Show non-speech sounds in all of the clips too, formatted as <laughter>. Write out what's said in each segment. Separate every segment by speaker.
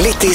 Speaker 1: écoutez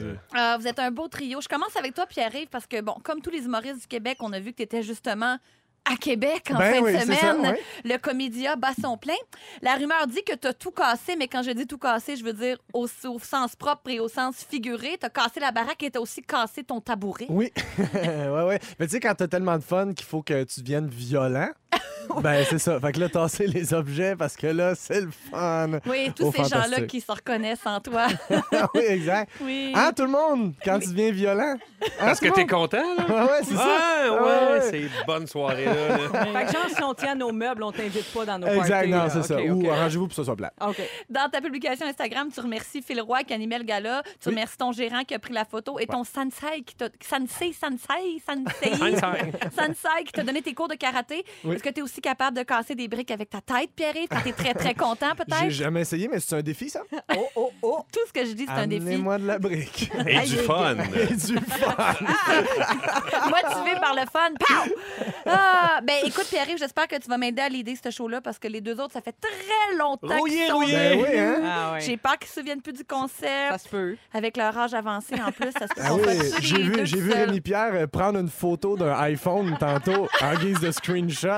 Speaker 2: vrai.
Speaker 3: Ah, vous êtes un beau trio. Je commence avec toi, Pierre-Yves, parce que, bon, comme tous les humoristes du Québec, on a vu que tu étais justement à Québec en
Speaker 2: Ben
Speaker 3: fin
Speaker 2: oui,
Speaker 3: de
Speaker 2: c'est
Speaker 3: semaine.
Speaker 2: ça, ouais.
Speaker 3: Le comédia bat son plein. La rumeur dit que tu as tout cassé, mais quand je dis tout cassé, je veux dire au, au sens propre et au sens figuré. Tu as cassé la baraque et tu as aussi cassé ton tabouret.
Speaker 2: Oui. <laughs> ouais, ouais. Mais tu sais, quand t'as tellement de fun qu'il faut que tu
Speaker 3: <laughs>
Speaker 2: deviennes violent, ben c'est ça. Fait que là, tasser les objets parce que là, c'est le
Speaker 3: <laughs>
Speaker 2: fun.
Speaker 3: Oui, tous
Speaker 2: Oh,
Speaker 3: ces gens-là
Speaker 2: fantastique.
Speaker 3: qui se reconnaissent en toi. Ah.
Speaker 2: Ah <laughs> oui, exact.
Speaker 3: Oui.
Speaker 2: Hein, tout le monde, quand tu deviens violent. Hein,
Speaker 4: Parce que
Speaker 2: tout le
Speaker 4: t'es
Speaker 2: monde?
Speaker 4: content, là?
Speaker 2: <laughs> Ouais, ouais, c'est ça.
Speaker 4: Ouais,
Speaker 2: Ah,
Speaker 4: ouais,
Speaker 2: ouais.
Speaker 4: c'est une bonne soirée, là. là.
Speaker 5: Fait que genre, si on tient à nos meubles, on t'invite pas dans nos
Speaker 2: Exact,
Speaker 5: parties,
Speaker 2: non,
Speaker 5: là.
Speaker 2: c'est ça.
Speaker 5: OK,
Speaker 2: Ou euh,
Speaker 5: OK.
Speaker 2: arrangez-vous pour que ce soit plat.
Speaker 5: OK.
Speaker 3: Dans ta publication Instagram, tu remercies Phil Roy qui animait le gala. Tu remercies ton gérant qui a pris la photo et ton sansei qui t'a... Sansei, sansei,
Speaker 2: <laughs>
Speaker 3: sansei.
Speaker 4: Sansei.
Speaker 3: sansei qui t'a donné tes cours de karaté. Est-ce que tu es aussi capable de casser des briques avec ta tête, Pierre-Yves? Quand t'es très, très
Speaker 2: <laughs>
Speaker 3: content,
Speaker 2: J'ai
Speaker 3: peut-être?
Speaker 2: jamais essayé, mais c'est un défi,
Speaker 3: <laughs>
Speaker 2: ça.
Speaker 5: Oh, oh, oh.
Speaker 3: Tout ce que je dis, c'est un défi.
Speaker 2: Amenez-moi de la brique.
Speaker 4: <laughs>
Speaker 2: <laughs>
Speaker 4: Et du fun.
Speaker 2: Et du fun.
Speaker 3: <laughs> Motivé par le fun. Pow! Ah, ben, écoute, Pierre-Yves, j'espère que tu vas m'aider à l'aider ce show-là parce que les deux autres, ça fait très longtemps
Speaker 4: Rouillé,
Speaker 3: qu'ils sont...
Speaker 4: rouillé.
Speaker 2: Ben oui, hein?
Speaker 5: Ah
Speaker 3: J'ai
Speaker 5: ouais.
Speaker 3: peur qu'ils se souviennent plus du
Speaker 5: Ça
Speaker 3: concept.
Speaker 5: se peut.
Speaker 3: Avec leur âge avancé, en plus, ça se
Speaker 2: Ah
Speaker 3: on
Speaker 2: oui,
Speaker 3: fait tous
Speaker 2: j'ai
Speaker 3: les deux
Speaker 2: vu, j'ai vu
Speaker 3: seuls.
Speaker 2: Rémi Pierre euh, prendre une photo d'un iPhone tantôt <laughs> en guise de screenshot.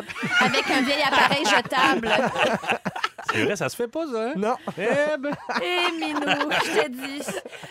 Speaker 3: Avec un vieil appareil <laughs> jetable.
Speaker 4: C'est vrai, ça se fait pas, ça. hein?
Speaker 2: Non.
Speaker 4: Eh ben,
Speaker 3: Et Minou, je te dis.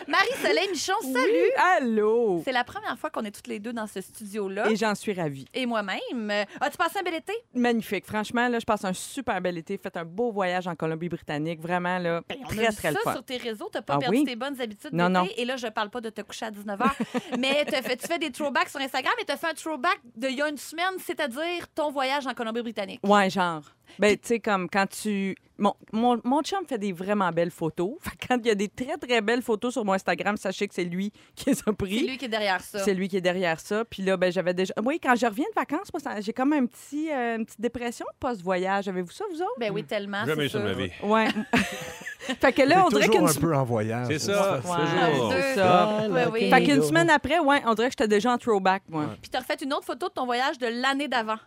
Speaker 3: Marie-Soleil Michon, salut.
Speaker 5: Oui, Allô.
Speaker 3: C'est la première fois qu'on est toutes les deux dans ce studio-là.
Speaker 5: Et j'en suis ravie.
Speaker 3: Et moi-même. Euh, As-tu passé un bel été?
Speaker 5: Magnifique. Franchement, là, je passe un super bel été. Faites un beau voyage en Colombie-Britannique. Vraiment, là,
Speaker 3: On a
Speaker 5: très,
Speaker 3: vu
Speaker 5: très le
Speaker 3: ça
Speaker 5: fun.
Speaker 3: sur tes réseaux. T'as pas
Speaker 5: Ah
Speaker 3: perdu
Speaker 5: oui?
Speaker 3: tes bonnes habitudes
Speaker 5: Non, non.
Speaker 3: d'été. Et là, je parle pas de te coucher à 19h. <laughs> mais t'as fait- tu fais des throwbacks sur Instagram et t'as fait un throwback de il y a une semaine, c'est-à-dire ton voyage en Colombie-Britannique.
Speaker 5: Ouais, genre. Ben, tu sais, comme quand tu. Mon, mon, mon chum fait des vraiment belles photos. <laughs> Fait que quand il y a des très, très belles photos sur mon Instagram, sachez que c'est lui qui les a
Speaker 3: C'est
Speaker 5: pris.
Speaker 3: lui qui est derrière ça.
Speaker 5: C'est lui qui est derrière ça. Puis là, ben, j'avais déjà. Oui, quand je reviens de vacances, moi, ça- j'ai comme un petit, euh, une petite dépression post-voyage. Avez-vous ça, vous autres?
Speaker 3: Ben oui, tellement.
Speaker 4: jamais
Speaker 3: c'est
Speaker 4: ça de
Speaker 3: sûr.
Speaker 4: ma vie.
Speaker 5: Ouais. <laughs> fait que là, on dirait
Speaker 2: toujours
Speaker 5: qu'une
Speaker 2: un
Speaker 5: se-
Speaker 2: peu en voyage.
Speaker 4: C'est ça,
Speaker 5: Ouais.
Speaker 4: toujours.
Speaker 3: Deux.
Speaker 5: Ah, C'est ça. Ah,
Speaker 3: Oui, oui.
Speaker 5: Fait qu'une semaine après, ouais, on dirait que j'étais déjà en throwback, moi.
Speaker 3: Puis t'as refait une autre photo de ton voyage de l'année d'avant.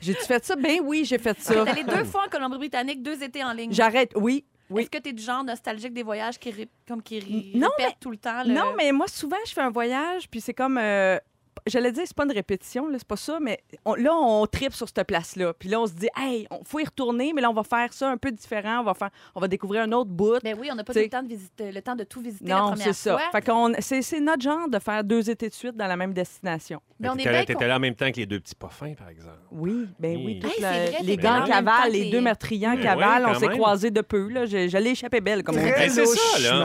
Speaker 5: J'ai-tu fait ça? Ben oui, j'ai fait
Speaker 3: T'es
Speaker 5: ça.
Speaker 3: allé deux fois en Colombie-Britannique, deux étés en ligne.
Speaker 5: J'arrête, oui. Oui.
Speaker 3: Est-ce que t'es du genre nostalgique des voyages qui, ré- comme qui ré-
Speaker 5: Non,
Speaker 3: répète tout le temps? le-
Speaker 5: Non, mais moi, souvent, je fais un voyage, puis c'est comme. euh, J'allais dire, c'est pas une répétition, là, c'est pas ça, mais on- là, on tripe sur cette place-là. Puis là, on se dit, hey, on faut y retourner, mais là, on va faire ça un peu différent. On va, faire, on va découvrir un autre bout.
Speaker 3: Ben oui, on n'a pas
Speaker 5: T'sais-
Speaker 3: eu le temps de, visiter, le temps de tout visiter la
Speaker 5: non,
Speaker 3: première
Speaker 5: c'est ça.
Speaker 3: fois.
Speaker 5: Fait qu'on, c'est, c'est notre genre de faire deux étés de suite dans la même destination.
Speaker 3: Mais on est
Speaker 4: T'étais
Speaker 3: bien
Speaker 4: là- T'étais là en même temps que les deux petits pas fins, par exemple.
Speaker 5: Oui, ben
Speaker 4: Oui.
Speaker 5: oui.
Speaker 4: Hey,
Speaker 5: toute
Speaker 3: c'est
Speaker 5: la-
Speaker 3: vrai, t'es
Speaker 5: les gars
Speaker 3: dans
Speaker 5: en
Speaker 3: le même temps
Speaker 5: cavale,
Speaker 3: que
Speaker 5: les
Speaker 3: les-
Speaker 5: deux meurtriers en
Speaker 4: Ben
Speaker 5: cavale,
Speaker 4: oui,
Speaker 5: on
Speaker 4: quand
Speaker 5: s'est
Speaker 4: même.
Speaker 5: croisés de peu. Là. J'ai- J'allais échapper belle, comme on dit.
Speaker 2: Très
Speaker 4: Ben, c'est
Speaker 2: louche,
Speaker 4: ça, là.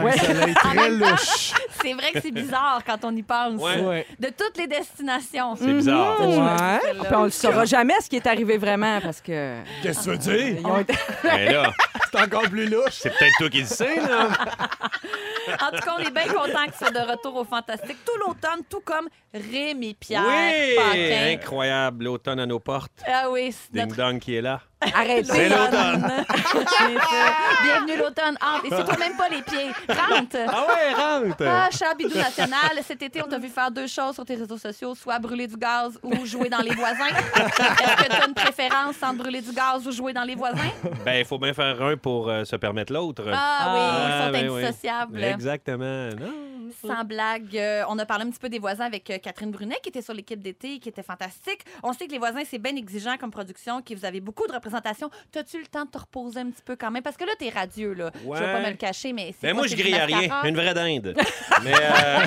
Speaker 3: <laughs>
Speaker 2: Marie-Soleil, très louche.
Speaker 3: C'est vrai que c'est bizarre quand on y pense.
Speaker 4: Ouais.
Speaker 3: De toutes les destinations.
Speaker 4: C'est
Speaker 5: <laughs>
Speaker 4: bizarre.
Speaker 5: Ouais.
Speaker 3: celle-là.
Speaker 5: Puis on ne saura jamais ce qui est arrivé vraiment parce que.
Speaker 2: Qu'est-ce que tu veux
Speaker 5: ils
Speaker 2: dire?
Speaker 5: ont été-
Speaker 4: Mais là,
Speaker 2: C'est encore plus
Speaker 4: <laughs>
Speaker 2: louche.
Speaker 4: c'est peut-être toi qui le sais, là.
Speaker 3: En tout cas, on est bien content que ce soit de retour au Fantastique tout l'automne, tout comme Rémi Pierre Paquin.
Speaker 4: Oui! Incroyable, l'automne à nos portes.
Speaker 3: Ah oui, c'est
Speaker 4: Ding
Speaker 3: notre
Speaker 4: Dong qui est là.
Speaker 5: Arrêtez.
Speaker 4: C'est
Speaker 5: là.
Speaker 4: l'automne.
Speaker 3: <laughs> bienvenue l'automne. Ah, et c'est toi même pas les pieds. Rentre.
Speaker 4: Ah ouais, rentre!
Speaker 3: Ah, cher Bidou National, cet été, on t'a vu faire deux choses sur tes réseaux sociaux, soit brûler du gaz ou jouer dans les voisins. Est-ce que tu as une préférence entre brûler du gaz ou jouer dans les voisins?
Speaker 4: Ben, il faut bien faire un pour euh, se permettre l'autre.
Speaker 3: Ah oui, ils sont
Speaker 4: ben oui.
Speaker 3: indissociables.
Speaker 4: Exactement. Non,
Speaker 3: Sans blague, euh, on a parlé un petit peu des voisins avec euh, Catherine Brunet, qui était sur l'équipe d'été, qui était fantastique. On sait que les voisins, c'est bien exigeant comme production, que vous avez beaucoup de représentations. T'as-tu le temps de te reposer un petit peu quand même? Parce que là, t'es radieux, là. Je vais
Speaker 4: Ouais.
Speaker 3: pas me le cacher, mais c'est.
Speaker 4: Ben
Speaker 3: quoi,
Speaker 4: moi, je
Speaker 3: c'est du
Speaker 4: grille à rien.
Speaker 3: mascara?
Speaker 4: Une vraie dinde. Mais euh,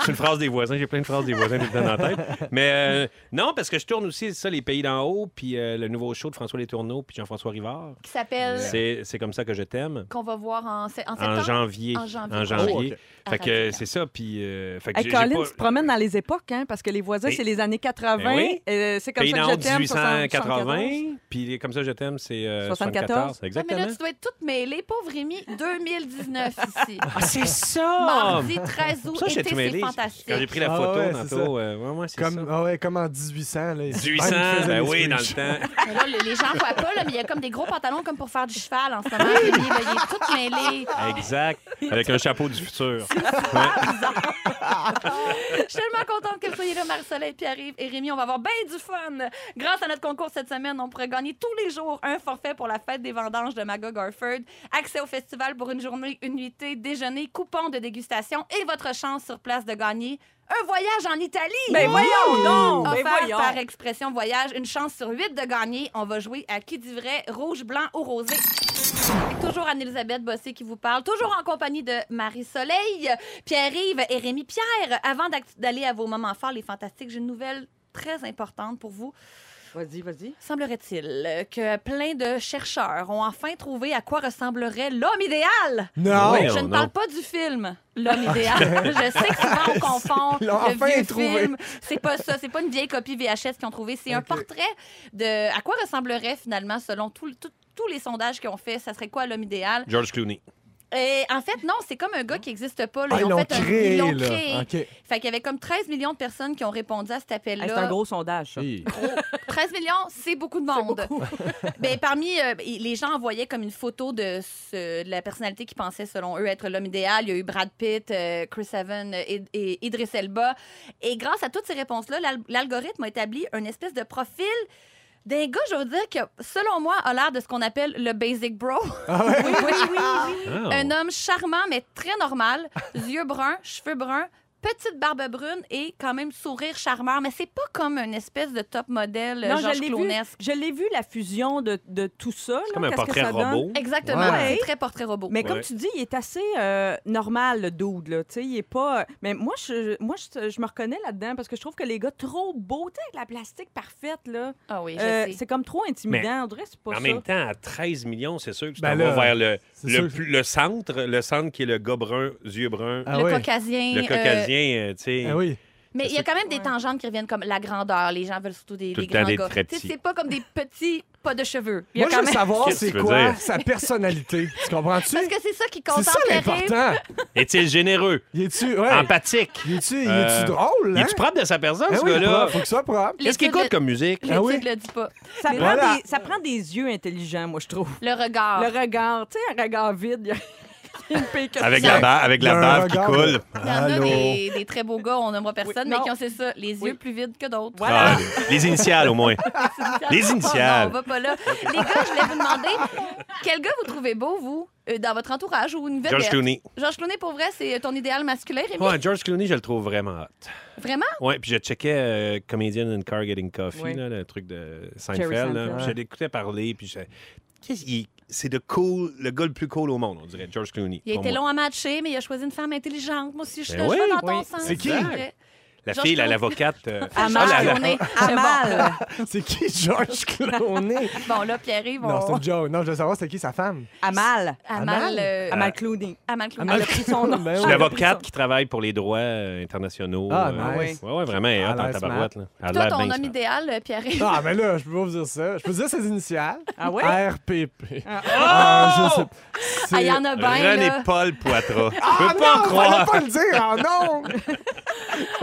Speaker 4: c'est une phrase des voisins. J'ai plein de phrases des voisins tout le temps dans la tête. Mais euh, non, parce que je tourne aussi, c'est ça, Les Pays d'en haut, puis euh, le nouveau show de François Les Tourneaux, puis Jean-François Rivard.
Speaker 3: Qui s'appelle.
Speaker 4: C'est c'est comme ça que je t'aime.
Speaker 3: Qu'on va voir en, se- Euh. en septembre.
Speaker 4: En janvier.
Speaker 3: En janvier.
Speaker 2: Oh,
Speaker 3: À
Speaker 2: ok.
Speaker 4: Fait que
Speaker 3: Radio-Can.
Speaker 4: euh, c'est ça, puis... euh, fait que
Speaker 5: Hey,
Speaker 4: j'ai- j'ai
Speaker 5: Colin,
Speaker 4: pas-
Speaker 5: tu te promènes dans les époques, hein, parce que les voisins,
Speaker 4: Ben-
Speaker 5: c'est les années 80.
Speaker 4: Ben oui.
Speaker 5: euh, c'est comme
Speaker 4: Pays
Speaker 5: ça
Speaker 4: d'en
Speaker 5: que
Speaker 4: haut,
Speaker 5: je t'aime.
Speaker 4: 1880, puis Comme ça, je t'aime, c'est euh,
Speaker 5: 74.
Speaker 4: 74.
Speaker 3: Ah, mais
Speaker 4: Exactement.
Speaker 3: là, tu dois être toute mêlée. Pauvre
Speaker 4: <laughs>
Speaker 3: Rémi, 2019 ici.
Speaker 4: Ah, c'est ça!
Speaker 3: Mardi 13 août,
Speaker 4: Ça, j'ai
Speaker 3: été,
Speaker 4: tout
Speaker 3: c'est
Speaker 4: mêlé. Quand j'ai
Speaker 3: fantastique.
Speaker 4: pris la
Speaker 2: Ah
Speaker 4: photo
Speaker 2: ouais, c'est
Speaker 4: tantôt, euh, ouais, ouais, c'est
Speaker 2: Comme,
Speaker 4: ça.
Speaker 2: ah ouais, comme en 1800. Là,
Speaker 4: 1800, ben oui, dans le temps.
Speaker 3: Mais là, le- les gens voient pas, là, mais il y a comme des gros pantalons comme pour faire du cheval en ce moment. Rémi, là, il est tout mêlé.
Speaker 4: Exact. Avec un chapeau du futur.
Speaker 3: Je suis tellement contente que vous soyez là, Marie-Soleil, Pierre-Yves et Rémi. On va avoir bien du fun. Grâce à notre concours cette semaine, on pourrait gagner tous les jours un forfait pour la fête des vendanges de Magog Garford, accès au festival pour une journée, une nuitée, déjeuner, coupon de dégustation et votre chance sur place de gagner un voyage en Italie.
Speaker 5: Mais Ben voyons non! Mais
Speaker 3: Offert
Speaker 5: voyons!
Speaker 3: par Expression Voyage, une chance sur huit de gagner. On va jouer à qui dit vrai, rouge, blanc ou rosé. Avec Toujours Anne-Elisabeth Bossé qui vous parle, toujours en compagnie de Marie-Soleil, Pierre-Yves et Rémi-Pierre. Avant d'ac- d'aller à vos moments forts, les fantastiques, j'ai une nouvelle très importante pour vous.
Speaker 5: Vas-y, vas-y.
Speaker 3: Semblerait-il euh, que plein de chercheurs ont enfin trouvé à quoi ressemblerait l'homme idéal.
Speaker 2: Oh, Non!
Speaker 4: Ouais.
Speaker 3: Je ne
Speaker 4: non.
Speaker 3: parle pas du film L'homme
Speaker 2: <laughs>
Speaker 3: idéal. Je sais que souvent on confond
Speaker 2: Ils
Speaker 3: le
Speaker 2: l'ont enfin
Speaker 3: vieux
Speaker 2: trouvé.
Speaker 3: film. C'est pas ça. C'est pas une vieille copie VHS qu'ils ont trouvé. C'est un
Speaker 2: Ok.
Speaker 3: portrait de à quoi ressemblerait finalement selon tout le- tout- tous les sondages qu'ils ont fait, ça serait quoi l'homme idéal?
Speaker 4: George Clooney.
Speaker 3: Et en fait, non, c'est comme un gars qui n'existe pas. là.
Speaker 2: Ah, ils l'ont
Speaker 3: fait un-
Speaker 2: créé,
Speaker 3: ils l'ont
Speaker 2: là. Ah,
Speaker 3: créé.
Speaker 2: OK.
Speaker 3: Fait qu'il y avait comme 13 millions de personnes qui ont répondu à cet appel-là.
Speaker 5: Hey,
Speaker 3: <laughs>
Speaker 5: c'est un gros sondage, ça.
Speaker 2: Hey.
Speaker 3: 13 millions, c'est beaucoup de monde. <laughs> Ben, parmi euh, les gens envoyaient comme une photo de, ce- de la personnalité qui pensait selon eux être l'homme idéal. Il y a eu Brad Pitt, euh, Chris Evans euh, et, et Idris Elba. Et grâce à toutes ces réponses-là, l'al- l'algorithme a établi une espèce de profil d'un gars, je veux dire, que selon moi, a l'air de ce qu'on appelle le basic bro. oui, oui, oui,
Speaker 5: <laughs>
Speaker 3: <laughs> oui.
Speaker 4: Ah.
Speaker 3: Un homme charmant, mais très normal. <laughs> Yeux bruns, cheveux bruns, petite barbe brune et quand même sourire charmeur. Mais c'est pas comme une espèce de top modèle euh,
Speaker 5: Non,
Speaker 3: Georges
Speaker 5: je l'ai vu.
Speaker 3: Clooney-esque.
Speaker 5: Je l'ai vu, la fusion de, de tout ça.
Speaker 4: C'est
Speaker 5: là,
Speaker 4: comme un
Speaker 5: qu'est-ce que
Speaker 4: portrait
Speaker 5: ça donne.
Speaker 4: robot.
Speaker 3: Exactement. C'est
Speaker 2: Ouais.
Speaker 3: très portrait robot.
Speaker 5: Mais
Speaker 4: Ouais.
Speaker 5: comme tu dis, il est assez euh, normal, le dude. Là. Tu sais, Il est pas. euh, Mais moi, je, moi je, je me reconnais là-dedans parce que je trouve que les gars trop beaux, tu sais, avec la plastique parfaite, là,
Speaker 3: Ah oui, je
Speaker 5: euh,
Speaker 3: sais.
Speaker 5: c'est comme trop intimidant. On dirait que c'est pas
Speaker 4: en
Speaker 5: ça.
Speaker 4: même temps, à 13 millions, c'est sûr que tu
Speaker 2: Ben
Speaker 4: t'en vas
Speaker 2: là,
Speaker 4: vers le,
Speaker 2: c'est
Speaker 4: le,
Speaker 2: sûr.
Speaker 4: plus- le centre, le centre qui est le gars brun, yeux bruns,
Speaker 2: Ah
Speaker 3: le
Speaker 2: ouais.
Speaker 3: caucasien.
Speaker 4: le
Speaker 3: euh,
Speaker 4: caucasien, euh, tu sais.
Speaker 2: Ah oui.
Speaker 3: mais il y a quand même des
Speaker 5: Ouais.
Speaker 3: tangentes qui reviennent comme la grandeur. Les gens veulent surtout des,
Speaker 4: Tout
Speaker 3: des
Speaker 4: le temps
Speaker 3: grands
Speaker 4: des
Speaker 3: gars.
Speaker 4: très
Speaker 3: Tu sais,
Speaker 4: petits.
Speaker 3: C'est pas comme des petits pas de cheveux. Il y a
Speaker 2: Moi, je
Speaker 3: quand
Speaker 2: veux
Speaker 3: même-
Speaker 2: savoir
Speaker 4: Qu'est-ce que
Speaker 2: c'est
Speaker 4: tu veux
Speaker 2: quoi
Speaker 4: dire?
Speaker 2: sa personnalité. Tu comprends-tu?
Speaker 3: Parce que c'est ça qui
Speaker 2: C'est
Speaker 3: contente
Speaker 2: ça
Speaker 3: les rêves.
Speaker 2: l'important.
Speaker 4: Est-il généreux,
Speaker 2: Y es-tu ouais.
Speaker 4: empathique?
Speaker 2: Y es-tu y
Speaker 4: Euh,
Speaker 2: es-tu drôle?
Speaker 4: Il
Speaker 2: Hein?
Speaker 4: est-tu propre de sa personne,
Speaker 2: Ben
Speaker 4: ce
Speaker 2: oui,
Speaker 4: gars-là?
Speaker 2: propre, Faut que ce soit propre.
Speaker 4: Qu'est-ce
Speaker 3: L'étude
Speaker 4: qu'il écoute
Speaker 3: le-
Speaker 4: comme musique?
Speaker 2: Ah oui.
Speaker 3: l'étude le dit pas.
Speaker 5: Ça, prend
Speaker 2: voilà.
Speaker 5: des, ça prend des yeux intelligents, moi, je trouve.
Speaker 3: Le regard.
Speaker 5: Le regard, tu sais, un regard vide. il y a- il y a une paix que
Speaker 4: Avec
Speaker 5: ça.
Speaker 4: la, ba- avec
Speaker 2: Il y a
Speaker 4: la
Speaker 2: un
Speaker 4: bave qui
Speaker 2: regard,
Speaker 4: coule.
Speaker 3: Il y en a
Speaker 2: Allô?
Speaker 3: des, des très beaux gars, on n'aimera personne, mais
Speaker 5: non.
Speaker 3: qui ont, c'est ça, les
Speaker 5: Oui.
Speaker 3: yeux plus vides que d'autres.
Speaker 5: Voilà.
Speaker 4: Ah, les- les initiales, au moins. Les initiales.
Speaker 3: Oh non, on va pas là. Les gars, je voulais vous demander, quel gars vous trouvez beau, vous, euh, dans votre entourage ou une vedette?
Speaker 4: George Clooney.
Speaker 3: Georges Clooney, pour vrai, c'est ton idéal masculin, Rémi?
Speaker 4: Ouais, George Clooney, je le trouve vraiment hot.
Speaker 3: Vraiment?
Speaker 4: Ouais, puis je checkais euh, Comedian in Car Getting Coffee,
Speaker 5: Oui.
Speaker 4: là, le truc de
Speaker 5: Jerry
Speaker 4: Seinfeld. là.
Speaker 5: Seinfeld.
Speaker 4: Puis Je l'écoutais parler, puis je... Qu'est-ce qu'il- c'est de cool, le gars le plus cool au monde, on dirait, George Clooney.
Speaker 3: Il a
Speaker 4: pour
Speaker 3: été
Speaker 4: moi.
Speaker 3: long à matcher, mais il a choisi une femme intelligente. Moi aussi, je suis
Speaker 4: Ben
Speaker 3: là, je
Speaker 4: oui,
Speaker 3: vais dans ton
Speaker 5: oui.
Speaker 3: sens.
Speaker 2: C'est qui?
Speaker 3: vrai.
Speaker 4: La
Speaker 3: George
Speaker 4: fille, là,
Speaker 3: Clooney.
Speaker 4: l'avocate.
Speaker 3: <laughs>
Speaker 4: euh,
Speaker 5: À
Speaker 3: Georges
Speaker 4: ah, la-
Speaker 5: mal.
Speaker 3: Clooney.
Speaker 5: À
Speaker 3: C'est
Speaker 5: mal.
Speaker 2: C'est qui
Speaker 3: <laughs>
Speaker 2: George Clooney?
Speaker 3: Bon, là, Pierre-Yves,
Speaker 2: non, c'est
Speaker 3: on...
Speaker 2: un Joe. Non, je veux savoir c'est qui sa femme.
Speaker 5: À mal.
Speaker 3: Amal,
Speaker 2: Amal?
Speaker 3: euh,
Speaker 5: À mal clowné.
Speaker 3: Amal Clooney.
Speaker 2: Amal
Speaker 3: Elle a pris son nom.
Speaker 2: Ben oui.
Speaker 4: C'est l'avocate qui travaille pour les droits euh, internationaux.
Speaker 2: Ah,
Speaker 4: euh,
Speaker 2: nice. Ah,
Speaker 4: Ouais, ouais, vraiment, elle est hot
Speaker 2: Elle a
Speaker 4: en
Speaker 2: l'air
Speaker 4: tabarouette. Là. Elle a
Speaker 3: Toi,
Speaker 4: l'air
Speaker 3: ton
Speaker 4: bien
Speaker 3: homme
Speaker 4: smart.
Speaker 3: idéal, euh, Pierre-Yves.
Speaker 2: Ah, mais là, je peux pas vous dire ça. Je peux vous dire ses initiales.
Speaker 5: Ah ouais?
Speaker 2: RPP.
Speaker 5: Ah.
Speaker 2: <laughs> Ah, je sais. C'est-
Speaker 3: Ah, il y en a bien, là.
Speaker 4: René-Paul Poitras. Je
Speaker 2: Ah
Speaker 4: peux pas en
Speaker 2: non, fallait
Speaker 4: croire.
Speaker 2: pas le dire. Ah non!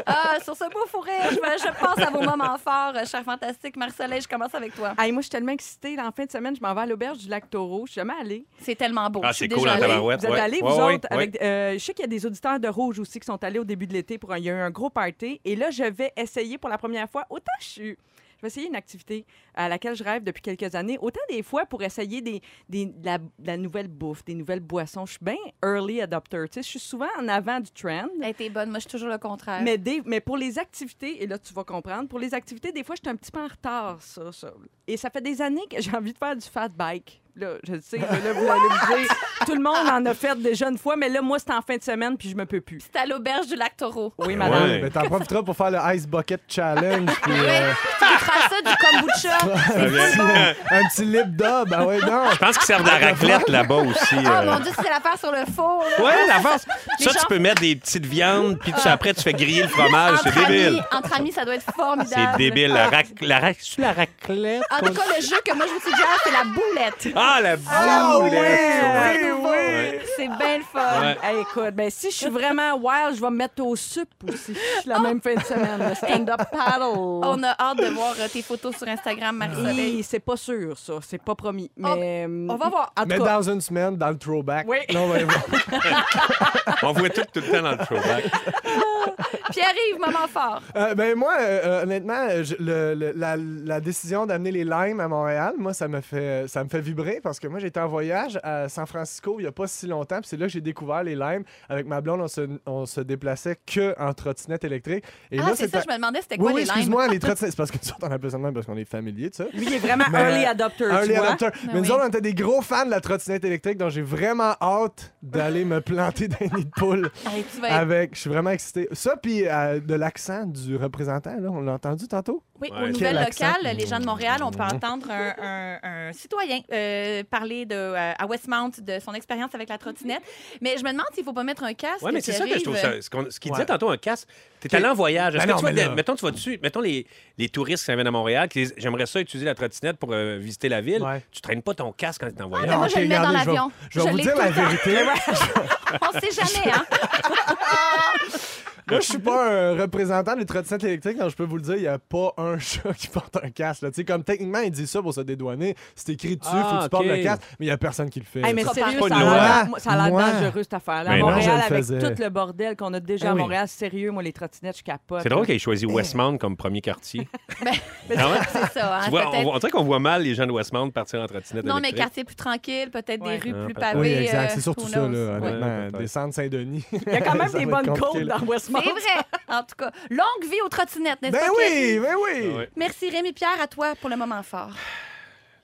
Speaker 3: Ah, sur ce beau fourré, je, vais- je passe à vos
Speaker 4: <laughs>
Speaker 3: moments forts, euh, cher fantastique. Marcelin, je commence avec toi.
Speaker 5: Hey, moi, je suis tellement excitée. Là, en fin de semaine, je m'en vais à l'auberge du lac Taureau. Je suis jamais allée.
Speaker 3: C'est tellement beau.
Speaker 4: Ah,
Speaker 3: Je suis
Speaker 4: c'est cool,
Speaker 3: déjà
Speaker 4: en
Speaker 3: allée.
Speaker 4: tabarouette. Ouais,
Speaker 5: Vous êtes
Speaker 4: ouais,
Speaker 5: allés,
Speaker 4: ouais,
Speaker 5: vous
Speaker 4: ouais,
Speaker 5: autres,
Speaker 4: ouais.
Speaker 5: avec. euh, je sais qu'il y a des auditeurs de Rouge aussi qui sont allés au début de l'été pour un. Il y a eu un gros party. Et là, je vais essayer pour la première fois. Autant je suis. Je vais essayer une activité à laquelle je rêve depuis quelques années. Autant des fois pour essayer des, des- de, la, de la nouvelle bouffe, des nouvelles boissons. Je suis bien early adopter. Tu sais, je suis souvent en avant du trend.
Speaker 3: Elle était bonne. Moi, je suis toujours le contraire.
Speaker 5: Mais, des- mais pour les activités, et là tu vas comprendre, pour les activités, des fois je suis un petit peu en retard, ça. ça. Et ça fait des années que j'ai envie de faire du fat bike. Là, je sais, là, là, vous allez me dire, tout le monde en a fait déjà une fois, mais là, moi, c'est en fin de semaine, puis je me peux plus.
Speaker 3: C'est à l'auberge du lac Taureau.
Speaker 4: <laughs>
Speaker 5: Oui,
Speaker 4: Ouais.
Speaker 5: madame.
Speaker 2: Ben, t'en profiteras pour faire le Ice Bucket Challenge. puis, euh,
Speaker 3: Ah Tu feras ça du
Speaker 4: <laughs>
Speaker 3: kombucha.
Speaker 4: Ça vient.
Speaker 2: <laughs> un petit lip dub. Ah ouais, non.
Speaker 4: Je pense qu'ils servent de
Speaker 2: Ah,
Speaker 4: la raclette là-bas aussi.
Speaker 3: Ah
Speaker 4: euh.
Speaker 3: mon Dieu, c'est l'affaire sur le four. là.
Speaker 4: Ouais, la farce.
Speaker 3: Les
Speaker 4: Ça,
Speaker 3: gens-
Speaker 4: tu peux mettre des petites viandes, puis tu- après, tu fais griller le fromage. C'est
Speaker 3: entre, amis,
Speaker 4: débile.
Speaker 3: entre amis, ça doit être formidable.
Speaker 4: C'est débile. La, rac... la, rac- c'est-tu la raclette.
Speaker 3: En tout cas, le jeu que moi je vous suggère, c'est la boulette.
Speaker 4: Ah, la boulette.
Speaker 3: C'est nouveau. C'est bien le fun.
Speaker 4: Ouais.
Speaker 5: Euh, Hey, écoute, ben, si je suis vraiment wild, je vais me mettre au sup aussi. Je suis la même fin de semaine, le stand-up paddle.
Speaker 3: On a hâte de voir euh, tes photos sur Instagram, Marie-Soleil.
Speaker 5: Hey, c'est pas sûr, ça. C'est pas promis. Mais,
Speaker 3: On va voir. Ah,
Speaker 5: En tout
Speaker 2: Mais
Speaker 5: cas,
Speaker 2: dans une semaine, dans le throwback.
Speaker 5: Oui.
Speaker 2: Non, ben,
Speaker 4: On voit tout, tout le temps dans le throwback.
Speaker 3: Pierre-Yves, moment fort.
Speaker 2: Euh, ben moi, euh, euh, honnêtement, euh, je- le- le- la, la décision d'amener les limes à Montréal, moi, ça me fait, ça me fait vibrer parce que moi, j'étais en voyage à San Francisco il n'y a pas si longtemps. Puis c'est là que j'ai découvert les limes. Avec ma blonde, on se, on se déplaçait que en trottinette électrique. Et
Speaker 3: ah,
Speaker 2: là,
Speaker 3: c'est ça,
Speaker 2: c'était-
Speaker 3: je me demandais c'était
Speaker 2: Oui,
Speaker 3: quoi
Speaker 2: oui,
Speaker 3: les limes. Euh,
Speaker 2: excuse-moi, les trottinettes. C'est parce que nous autres, on appelle ça de même parce qu'on est familier de ça.
Speaker 5: lui, il est vraiment
Speaker 2: Mais-
Speaker 5: early adopter, tu
Speaker 2: Early
Speaker 5: vois.
Speaker 2: adopter. Mais,
Speaker 3: Ah oui.
Speaker 2: nous autres, on était des gros fans de la trottinette électrique, donc j'ai vraiment hâte d'aller me planter dans les nids de poules.
Speaker 3: Hey, tu vas être-
Speaker 2: Avec, je suis vraiment excité. Ça, puis euh, de l'accent du représentant, là, on l'a entendu tantôt?
Speaker 3: Oui,
Speaker 4: Ouais.
Speaker 3: aux
Speaker 4: Quel
Speaker 3: nouvelles
Speaker 2: accent.
Speaker 3: locales, les gens de Montréal, on peut
Speaker 2: Mhm.
Speaker 3: entendre un, un- un citoyen euh, parler de, euh, à Westmount de son expérience avec la trottinette. Mais je me demande s'il ne faut pas mettre un casque.
Speaker 4: Oui, mais c'est ça que je trouve ça. Ce qu'on- ce qu'il disait
Speaker 2: Ouais.
Speaker 4: tantôt, un casque, t'es allé en voyage. Est-ce
Speaker 2: Ben
Speaker 4: que
Speaker 2: non,
Speaker 4: tu vas
Speaker 2: mais
Speaker 4: de-
Speaker 2: là-
Speaker 4: mettons, tu vas dessus, mettons les, les touristes qui s'en viennent à Montréal, qui les- j'aimerais ça utiliser la trottinette pour euh, visiter la ville.
Speaker 2: Ouais.
Speaker 4: Tu traînes pas ton casque quand t'es en voyage.
Speaker 3: mais Ah, ben, moi, je
Speaker 2: ok,
Speaker 3: le mets dans
Speaker 2: regardez, vais-
Speaker 3: l'avion.
Speaker 2: Je vais
Speaker 3: Je
Speaker 2: vous
Speaker 3: l'ai
Speaker 2: dire
Speaker 3: tout
Speaker 2: la
Speaker 3: le temps.
Speaker 2: vérité.
Speaker 3: On ne sait jamais, hein? <laughs>
Speaker 2: Moi, je suis pas un représentant des trottinettes électriques, donc je peux vous le dire, il n'y a pas un <laughs> chat qui porte un casque. là. Tu sais, comme techniquement, il dit ça pour se dédouaner. C'est écrit dessus,
Speaker 4: Ah,
Speaker 2: faut que tu
Speaker 4: ok.
Speaker 2: portes le casque, mais il n'y a personne qui le fait.
Speaker 5: Hey, mais
Speaker 2: là.
Speaker 5: sérieux,
Speaker 4: pas
Speaker 5: ça a
Speaker 4: de
Speaker 5: l'air-
Speaker 2: loi.
Speaker 5: moi, ça a l'air
Speaker 2: Moi.
Speaker 5: dangereux cette affaire-là. À
Speaker 4: Mais non,
Speaker 2: je
Speaker 5: Montréal,
Speaker 2: le
Speaker 5: avec
Speaker 2: faisais.
Speaker 5: tout le bordel qu'on a déjà
Speaker 2: Eh
Speaker 5: à
Speaker 2: oui.
Speaker 5: Montréal, sérieux, moi, les trottinettes, je capote.
Speaker 4: C'est drôle qu'ils aient choisi
Speaker 3: Ben.
Speaker 4: Westmount comme premier quartier. Ah ouais?
Speaker 3: C'est ça, hein,
Speaker 4: Tu vois, on,
Speaker 3: Ben, peut-être.
Speaker 4: voit- on dirait qu'on voit mal les gens de Westmount partir en trottinette.
Speaker 3: Non, mais
Speaker 4: électrique.
Speaker 3: quartier plus tranquille, peut-être
Speaker 5: Ouais.
Speaker 3: des rues
Speaker 4: Ah,
Speaker 3: plus
Speaker 4: peut-être.
Speaker 3: pavées.
Speaker 2: oui,
Speaker 3: euh,
Speaker 2: exact. C'est surtout
Speaker 3: who
Speaker 2: ça,
Speaker 3: knows.
Speaker 2: là,
Speaker 3: Ouais.
Speaker 2: honnêtement.
Speaker 4: Ouais, peut-être.
Speaker 3: <laughs>
Speaker 2: descendre Saint-Denis. Ben
Speaker 5: Il y a quand même
Speaker 2: Ça
Speaker 5: des
Speaker 2: va être
Speaker 5: bonnes
Speaker 2: compliqué,
Speaker 5: côtes
Speaker 2: là.
Speaker 5: dans Westmount.
Speaker 3: C'est vrai, en tout cas. Longue vie aux trottinettes, n'est-ce
Speaker 2: Ben
Speaker 3: pas?
Speaker 2: oui,
Speaker 3: Cathy?
Speaker 2: ben oui!
Speaker 4: Ah ouais.
Speaker 3: Merci Rémi Pierre, à toi pour le moment
Speaker 4: <laughs>
Speaker 3: fort.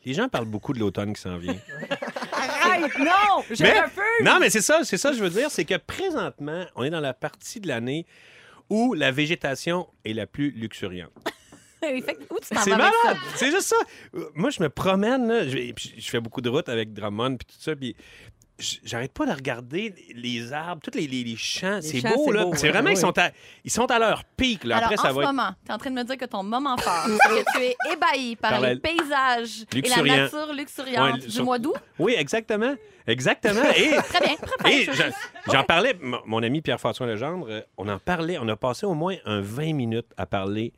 Speaker 4: Les gens parlent beaucoup de l'automne qui s'en vient.
Speaker 5: Arrête, non! Je
Speaker 4: Mais-
Speaker 5: refuse!
Speaker 4: <laughs> Non, mais c'est ça, c'est ça que je veux dire, c'est que présentement, on est dans la partie de l'année où la végétation est la plus luxuriante.
Speaker 3: Fait que Où tu t'en
Speaker 4: C'est
Speaker 3: vas avec ça?
Speaker 4: malade! C'est juste ça. Euh, Moi, je me promène, là, je, vais- puis je fais beaucoup de routes avec Drummond puis tout ça, puis j- j'arrête pas de regarder les arbres, tous les, les- les champs.
Speaker 5: Les
Speaker 4: C'est
Speaker 5: champs,
Speaker 4: beau,
Speaker 5: c'est
Speaker 4: là.
Speaker 5: beau,
Speaker 4: C'est
Speaker 5: ouais.
Speaker 4: vraiment,
Speaker 2: Ah
Speaker 4: ils, sont à, ils sont à leur pic, là. Après,
Speaker 3: Alors,
Speaker 4: ça
Speaker 3: en ce
Speaker 4: va être...
Speaker 3: moment, tu es en train de me dire que ton moment fort, c'est que tu
Speaker 4: <laughs>
Speaker 3: es ébahi par,
Speaker 4: Par la-
Speaker 3: les paysages et
Speaker 4: Luxuriant.
Speaker 3: la nature luxuriante
Speaker 4: Ouais,
Speaker 3: du
Speaker 4: sur-
Speaker 3: mois d'août.
Speaker 4: Oui, exactement. Exactement. Et
Speaker 3: Très bien.
Speaker 4: Et j'en- j'en parlais, mon mon ami Pierre-François Legendre, euh, on en parlait, on a passé au moins un 20 minutes à parler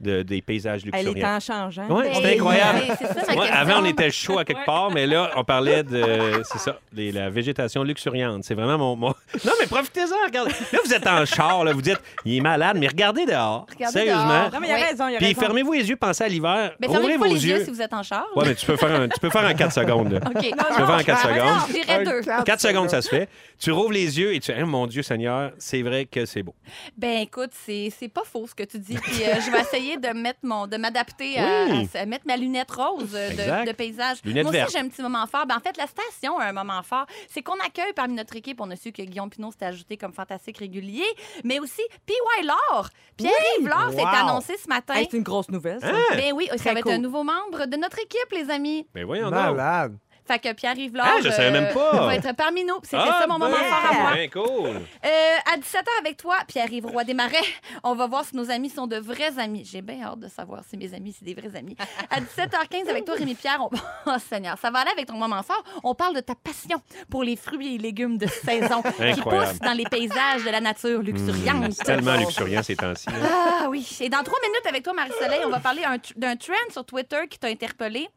Speaker 4: de- des paysages
Speaker 5: Elle est
Speaker 4: luxuriants.
Speaker 5: en changeant.
Speaker 4: Ouais,
Speaker 3: Ben,
Speaker 4: c'était incroyable.
Speaker 3: ben, c'est ça, ma
Speaker 4: Ouais,
Speaker 3: question.
Speaker 4: avant, on était chaud à quelque part, mais là, on parlait de. C'est ça, de la végétation luxuriante. C'est vraiment mon. <laughs> mon- Non, mais profitez-en, regardez. Là, vous êtes en char, là, vous dites, il est malade, mais regardez dehors.
Speaker 3: Regardez
Speaker 4: sérieusement.
Speaker 3: dehors.
Speaker 5: Non, mais il a
Speaker 3: Ouais.
Speaker 5: raison, il a
Speaker 4: Puis
Speaker 5: raison.
Speaker 4: fermez-vous les yeux, pensez à l'hiver.
Speaker 3: Mais
Speaker 4: Ouvrez
Speaker 3: fermez
Speaker 4: vos
Speaker 3: pas les yeux si vous Oh, êtes en char.
Speaker 4: Ouais, mais tu peux faire un, tu peux faire un 4 secondes. là.
Speaker 3: <laughs> OK.
Speaker 4: Tu peux faire un 4 secondes.
Speaker 3: Je dirais deux.
Speaker 4: 4 secondes, ça se fait. Tu rouvres les yeux et tu dis Hein, Mon Dieu Seigneur, c'est vrai que c'est beau.
Speaker 3: Ben écoute, c'est c'est pas faux ce que tu dis. Puis euh, je vais essayer de mettre mon, de m'adapter à-
Speaker 4: Oui.
Speaker 3: à, à mettre ma lunette rose euh,
Speaker 4: Exact.
Speaker 3: de, de paysage.
Speaker 4: Lunette
Speaker 3: Moi aussi
Speaker 4: verte.
Speaker 3: j'ai un petit moment fort. Ben, en fait la station a un moment fort. C'est qu'on accueille parmi notre équipe, on a su que Guillaume Pinot s'est ajouté comme fantastique régulier, mais aussi P.Y. Laure. Pierre-Yves Laure s'est
Speaker 2: Wow.
Speaker 3: annoncé ce matin.
Speaker 5: Hey, c'est une grosse nouvelle, ça.
Speaker 4: Hein?
Speaker 3: Ben oui, ça
Speaker 5: Très
Speaker 3: va être
Speaker 5: cool.
Speaker 3: un nouveau membre de notre équipe, les amis.
Speaker 4: Mais Ben voyons donc.
Speaker 2: Malade.
Speaker 3: Fait que Pierre-Yves Laure euh,
Speaker 4: Ah, je savais même pas.
Speaker 3: va être parmi nous. Puis C'était ça mon
Speaker 4: ben,
Speaker 3: moment fort à moi.
Speaker 4: ben, cool.
Speaker 3: Euh, à 17h avec toi, Pierre-Yves Roy Desmarais. <laughs> On va voir si nos amis sont de vrais amis. J'ai bien hâte de savoir si mes amis, c'est des vrais amis. À 17h15 avec toi, Rémi-Pierre. on- <laughs> Oh Seigneur, ça va aller avec ton moment fort. On parle de ta passion pour les fruits et légumes de saison qui
Speaker 4: Incroyable. Mmh,
Speaker 3: poussent dans les paysages de la nature luxuriante.
Speaker 4: C'est tellement luxuriant ces temps-ci. hein. là.
Speaker 3: Ah oui. Et dans trois minutes avec toi, Marie-Soleil, on va parler un tr- d'un trend sur Twitter qui t'a interpellé.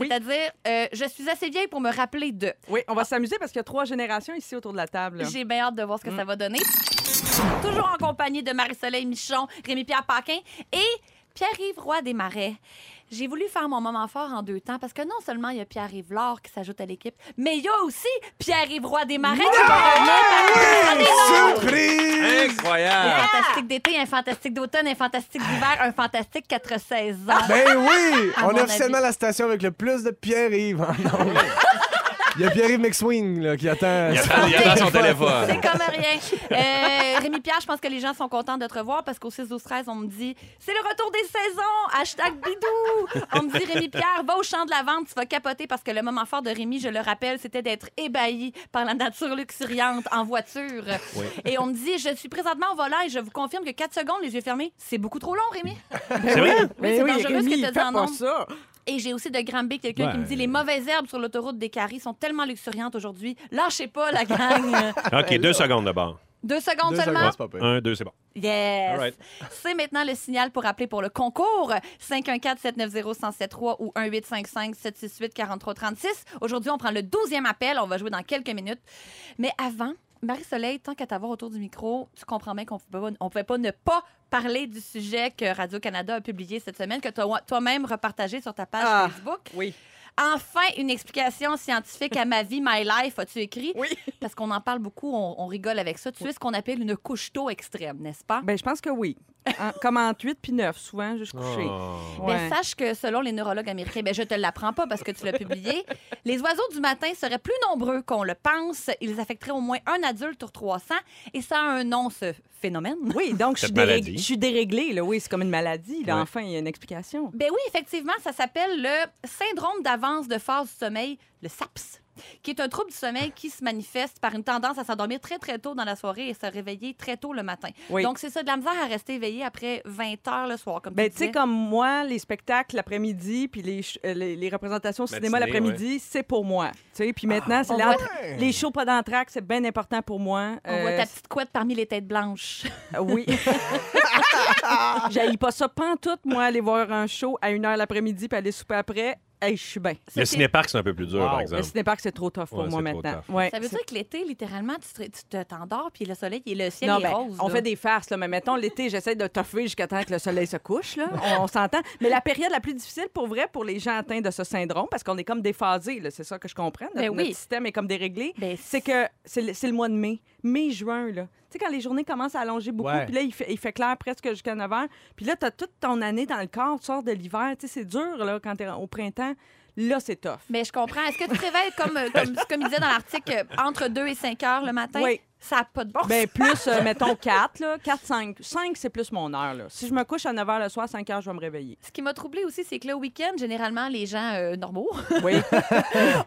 Speaker 5: Oui.
Speaker 3: C'est-à-dire, euh, je suis assez vieille pour me rappeler de.
Speaker 5: Oui, on va s'amuser parce qu'il y a trois générations ici autour de la table.
Speaker 3: J'ai bien hâte de voir ce que ça va donner. Toujours en compagnie de Marie-Soleil Michon, Rémi-Pierre Paquin et Pierre-Yves Roy des Marais. J'ai voulu faire mon moment fort en deux temps parce que non seulement il y a Pierre-Yves Laure qui s'ajoute à l'équipe, mais il y a aussi Pierre-Yves Roy des Marais qui va revenir parmi les nôtres.
Speaker 2: Surprise!
Speaker 3: Un
Speaker 4: Incroyable!
Speaker 3: fantastique d'été, un fantastique d'automne, un fantastique d'hiver, un fantastique quatre saisons.
Speaker 5: <laughs>
Speaker 2: Ben oui!
Speaker 3: À
Speaker 2: On
Speaker 3: mon
Speaker 2: est officiellement la station avec le plus de Pierre-Yves en nombre. Il y a Pierre-Yves McSwing là, qui attend.
Speaker 4: Il attend, il attend son téléphone.
Speaker 3: C'est comme rien. Euh, Rémi Pierre, je pense que les gens sont contents de te revoir parce qu'au 6 12 13 on me dit c'est le retour des saisons, hashtag bidou. On me dit Rémi Pierre, va au champ de la vente, tu vas capoter parce que le moment fort de Rémi, je le rappelle, c'était d'être ébahi par la nature luxuriante en voiture. Et on me dit je suis présentement en volant et je vous confirme que 4 secondes, les yeux fermés, c'est beaucoup trop long, Rémi.
Speaker 4: C'est vrai?
Speaker 3: Oui, c'est dangereux ce
Speaker 5: Rémi,
Speaker 3: que tu as dit
Speaker 5: fais
Speaker 3: en
Speaker 5: pas
Speaker 3: nombre.
Speaker 5: ça.
Speaker 3: Et j'ai aussi de Granby quelqu'un qui me dit les mauvaises herbes sur l'autoroute des Caries sont tellement luxuriantes aujourd'hui. Lâchez pas la gang.
Speaker 4: Ah, OK, deux secondes d'abord.
Speaker 3: Deux secondes
Speaker 2: Deux
Speaker 3: seulement.
Speaker 2: secondes, c'est pas pire.
Speaker 4: Un, deux, c'est bon.
Speaker 3: Yes.
Speaker 4: All right.
Speaker 3: C'est maintenant le signal pour appeler pour le concours 514-790-1073 ou 1855-768-4336. Aujourd'hui, on prend le 12e appel. On va jouer dans quelques minutes. Mais avant, Marie-Soleil, tant qu'à t'avoir autour du micro, tu comprends bien qu'on ne pouvait pas ne pas parler du sujet que Radio-Canada a publié cette semaine, que tu as toi-même repartagé sur ta page
Speaker 5: Ah.
Speaker 3: Facebook.
Speaker 5: Oui.
Speaker 3: Enfin, une explication scientifique à ma vie, my life, as-tu écrit?
Speaker 5: Oui.
Speaker 3: Parce qu'on en parle beaucoup, on, on rigole avec ça. Tu es ce qu'on appelle une couche d'eau extrême, n'est-ce pas?
Speaker 5: Ben, je pense que oui. En- comme entre 8 puis 9, souvent, juste couché.
Speaker 4: Oh.
Speaker 3: Mais
Speaker 5: Ouais.
Speaker 3: sache que selon les neurologues américains, ben je te l'apprends pas parce que tu l'as
Speaker 5: <laughs>
Speaker 3: publié, les oiseaux du matin seraient plus nombreux qu'on le pense. Ils affecteraient au moins un adulte sur 300 et ça a un nom, ce phénomène.
Speaker 5: Oui, donc je suis
Speaker 4: Cette
Speaker 5: dérég-
Speaker 4: maladie.
Speaker 5: je suis déréglée. Là. Oui, c'est comme une maladie. Là.
Speaker 4: Ouais.
Speaker 5: Enfin, il y a une explication.
Speaker 3: Ben oui, effectivement, ça s'appelle le syndrome d'avance de phase du sommeil, le SAPS, qui est un trouble du sommeil qui se manifeste par une tendance à s'endormir très très tôt dans la soirée et se réveiller très tôt le matin.
Speaker 5: Oui.
Speaker 3: Donc c'est ça de la misère à rester éveillé après 20 heures le soir comme
Speaker 5: Ben, tu
Speaker 3: disais.
Speaker 5: sais, comme moi, les spectacles l'après-midi, puis les, ch- euh, les, les représentations au cinéma
Speaker 4: Matinée,
Speaker 5: l'après-midi, c'est pour moi. Tu sais, puis maintenant, c'est
Speaker 3: Ah, On
Speaker 5: l'entre-
Speaker 2: voit-
Speaker 5: les shows pas d'entraque, c'est bien important pour moi.
Speaker 3: on
Speaker 5: Euh,
Speaker 3: voit ta petite couette parmi les têtes blanches. <laughs>
Speaker 5: Ah Oui. J'haïs pas ça pantoute, moi, aller voir un show à 1h l'après-midi puis aller souper après. Hey, je suis bien.
Speaker 4: Le
Speaker 3: C'était-
Speaker 4: cinépark, c'est un peu plus dur,
Speaker 2: Wow.
Speaker 4: par
Speaker 5: Le
Speaker 4: exemple.
Speaker 5: cinéparc, c'est trop tough pour
Speaker 4: Ouais,
Speaker 5: moi
Speaker 4: c'est trop
Speaker 5: maintenant.
Speaker 4: tough.
Speaker 5: Ouais.
Speaker 3: Ça veut
Speaker 5: C'est-
Speaker 3: dire que l'été, littéralement, tu te- tu te- t'endors, puis le soleil, et le ciel
Speaker 5: Non,
Speaker 3: est
Speaker 5: ben,
Speaker 3: rose.
Speaker 5: on
Speaker 3: là.
Speaker 5: fait des farces, là, mais mettons, l'été, j'essaie de toffer jusqu'à temps que le soleil se
Speaker 3: <laughs>
Speaker 5: couche, là. On, on s'entend. Mais la période la plus difficile, pour vrai, pour les gens atteints de ce syndrome, parce qu'on est comme déphasés, là, c'est ça que je comprends. Notre,
Speaker 3: Ben oui.
Speaker 5: notre système est comme déréglé.
Speaker 3: Ben,
Speaker 5: c'est que c'est le, c'est le mois de mai, mai-juin, là. Tu sais, quand les journées commencent à allonger beaucoup,
Speaker 2: Ouais.
Speaker 5: puis là, il fait, il fait clair presque jusqu'à 9 h. Puis là, t'as toute ton année dans le corps, tu sors de l'hiver. Tu sais, c'est dur, là, quand t'es au printemps. Là, c'est tough.
Speaker 3: Mais je comprends. Est-ce que tu te réveilles comme, euh,
Speaker 5: <laughs>
Speaker 3: comme, comme il disait dans l'article, euh, entre 2 et 5 heures le matin?
Speaker 5: Oui.
Speaker 3: Ça n'a pas de bon sens.
Speaker 5: Ben,
Speaker 3: <laughs>
Speaker 5: plus, euh, mettons, 4, là. 4, 5. 5, c'est plus mon heure, là. Si je me couche à 9 h le soir, 5 h, je vais me réveiller.
Speaker 3: Ce qui m'a troublé aussi, c'est que le week-end, généralement, les gens euh, normaux, <laughs>
Speaker 5: Oui.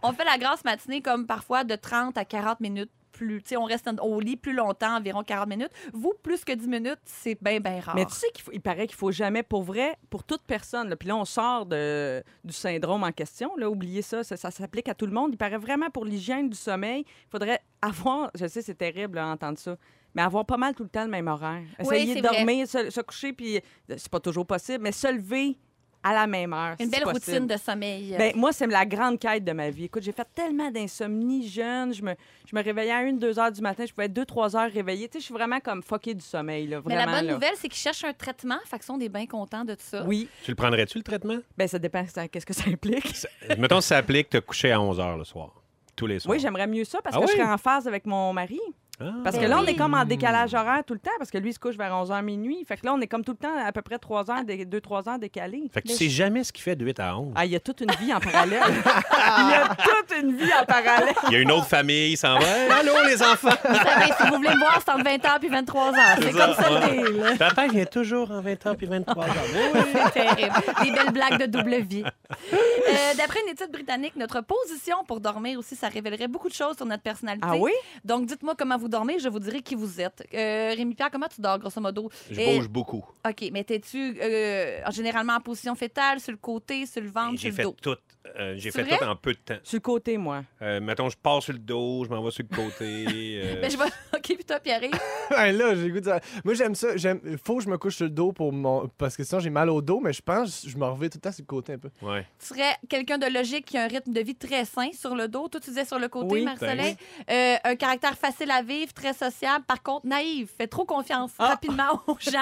Speaker 3: on fait la grasse matinée comme parfois de 30 à 40 minutes. Plus, tu sais, on reste en- au lit plus longtemps, environ 40 minutes. Vous, plus que 10 minutes, c'est bien, bien rare.
Speaker 5: Mais tu sais qu'il faut- il paraît qu'il faut jamais, pour vrai, pour toute personne. là, Puis là, on sort de, du syndrome en question. Là, oubliez ça, ça, ça s'applique à tout le monde. Il paraît vraiment pour l'hygiène du sommeil, il faudrait avoir, je sais, c'est terrible hein, d'entendre ça, mais avoir pas mal tout le temps le même horaire.
Speaker 3: Oui,
Speaker 5: Essayer
Speaker 3: c'est
Speaker 5: de dormir, se, se coucher, puis euh, c'est pas toujours possible, mais se lever à la même heure.
Speaker 3: Une
Speaker 5: si
Speaker 3: belle
Speaker 5: possible.
Speaker 3: routine de sommeil.
Speaker 5: Ben, moi, c'est la grande quête de ma vie. Écoute, j'ai fait tellement d'insomnie jeune. Je me, je me réveillais à 1-2 heures du matin. Je pouvais être 2-3 heures réveillée. Tu sais, je suis vraiment comme foquée du sommeil. Là,
Speaker 3: Mais
Speaker 5: vraiment,
Speaker 3: la bonne
Speaker 5: là.
Speaker 3: nouvelle, c'est qu'ils cherchent un traitement. Fait que sont des bien contents de tout ça.
Speaker 5: Oui,
Speaker 4: Tu le prendrais-tu, le traitement?
Speaker 5: ben ça dépend ça- qu'est-ce que ça implique.
Speaker 4: Ça- Mettons, si ça applique, te coucher à 11 h le soir. Tous les soirs.
Speaker 5: Oui, j'aimerais mieux ça parce
Speaker 4: Ah
Speaker 5: que je
Speaker 4: oui?
Speaker 5: serais en phase avec mon mari.
Speaker 4: Ah.
Speaker 5: Parce que
Speaker 3: Ben
Speaker 5: là, on
Speaker 3: oui.
Speaker 5: est comme en décalage horaire tout le temps parce que lui, il se couche vers 11h minuit. Fait que là, on est comme tout le temps à peu près 3 heures, 2-3 heures décalés.
Speaker 3: Ben,
Speaker 4: Fait que tu sais jamais ce qu'il fait de 8 à 11.
Speaker 5: Ah, il y a toute une vie en parallèle. <laughs> il y a toute une vie
Speaker 3: <laughs>
Speaker 5: en parallèle.
Speaker 4: Il y a une autre famille, il s'en va. Hey, Allô, les enfants!
Speaker 3: Vous savez, Ben, si vous voulez me voir, c'est entre 20h puis 23h. C'est comme ça le deal.
Speaker 4: Papa vient toujours en 20h puis 23h.
Speaker 3: <laughs> C'est terrible. Des belles blagues de double vie. Euh, D'après une étude britannique, notre position pour dormir aussi, ça révélerait beaucoup de choses sur notre personnalité.
Speaker 5: Ah oui?
Speaker 3: Donc, dites-moi comment vous dormez, je vous dirai qui vous êtes. Euh, Rémi-Pierre, comment tu dors, grosso modo?
Speaker 4: <laughs> Je
Speaker 3: Et-
Speaker 4: bouge beaucoup.
Speaker 3: OK, mais t'es-tu euh, généralement en position fétale, sur le côté, sur le ventre, sur
Speaker 4: J'ai
Speaker 3: le
Speaker 4: fait
Speaker 3: dos?
Speaker 4: tout. euh, j'ai
Speaker 3: C'est
Speaker 4: fait
Speaker 3: vrai?
Speaker 4: tout en peu de temps.
Speaker 5: Sur le côté, moi.
Speaker 4: Euh, mettons, je pars sur le dos, je m'en vais sur
Speaker 3: <laughs>
Speaker 4: le côté. euh,
Speaker 3: Ben, je vais. OK, puis toi, Pierre.
Speaker 2: Ben là, j'ai le goût de dire- Moi, j'aime ça. J'aime... Faut que je me couche sur le dos pour mon. Parce que sinon, j'ai mal au dos, mais je pense que je me reviens tout le temps sur le côté un peu.
Speaker 4: ouais.
Speaker 3: Tu serais quelqu'un de logique qui a un rythme de vie très sain sur le dos. Toi, tu disais sur le côté,
Speaker 5: Oui.
Speaker 4: ben
Speaker 3: Marcelin. Euh, un caractère facile à vivre, très sociable. Par contre, naïf. Fait trop confiance
Speaker 5: Ah.
Speaker 3: rapidement
Speaker 4: <laughs>
Speaker 3: aux gens.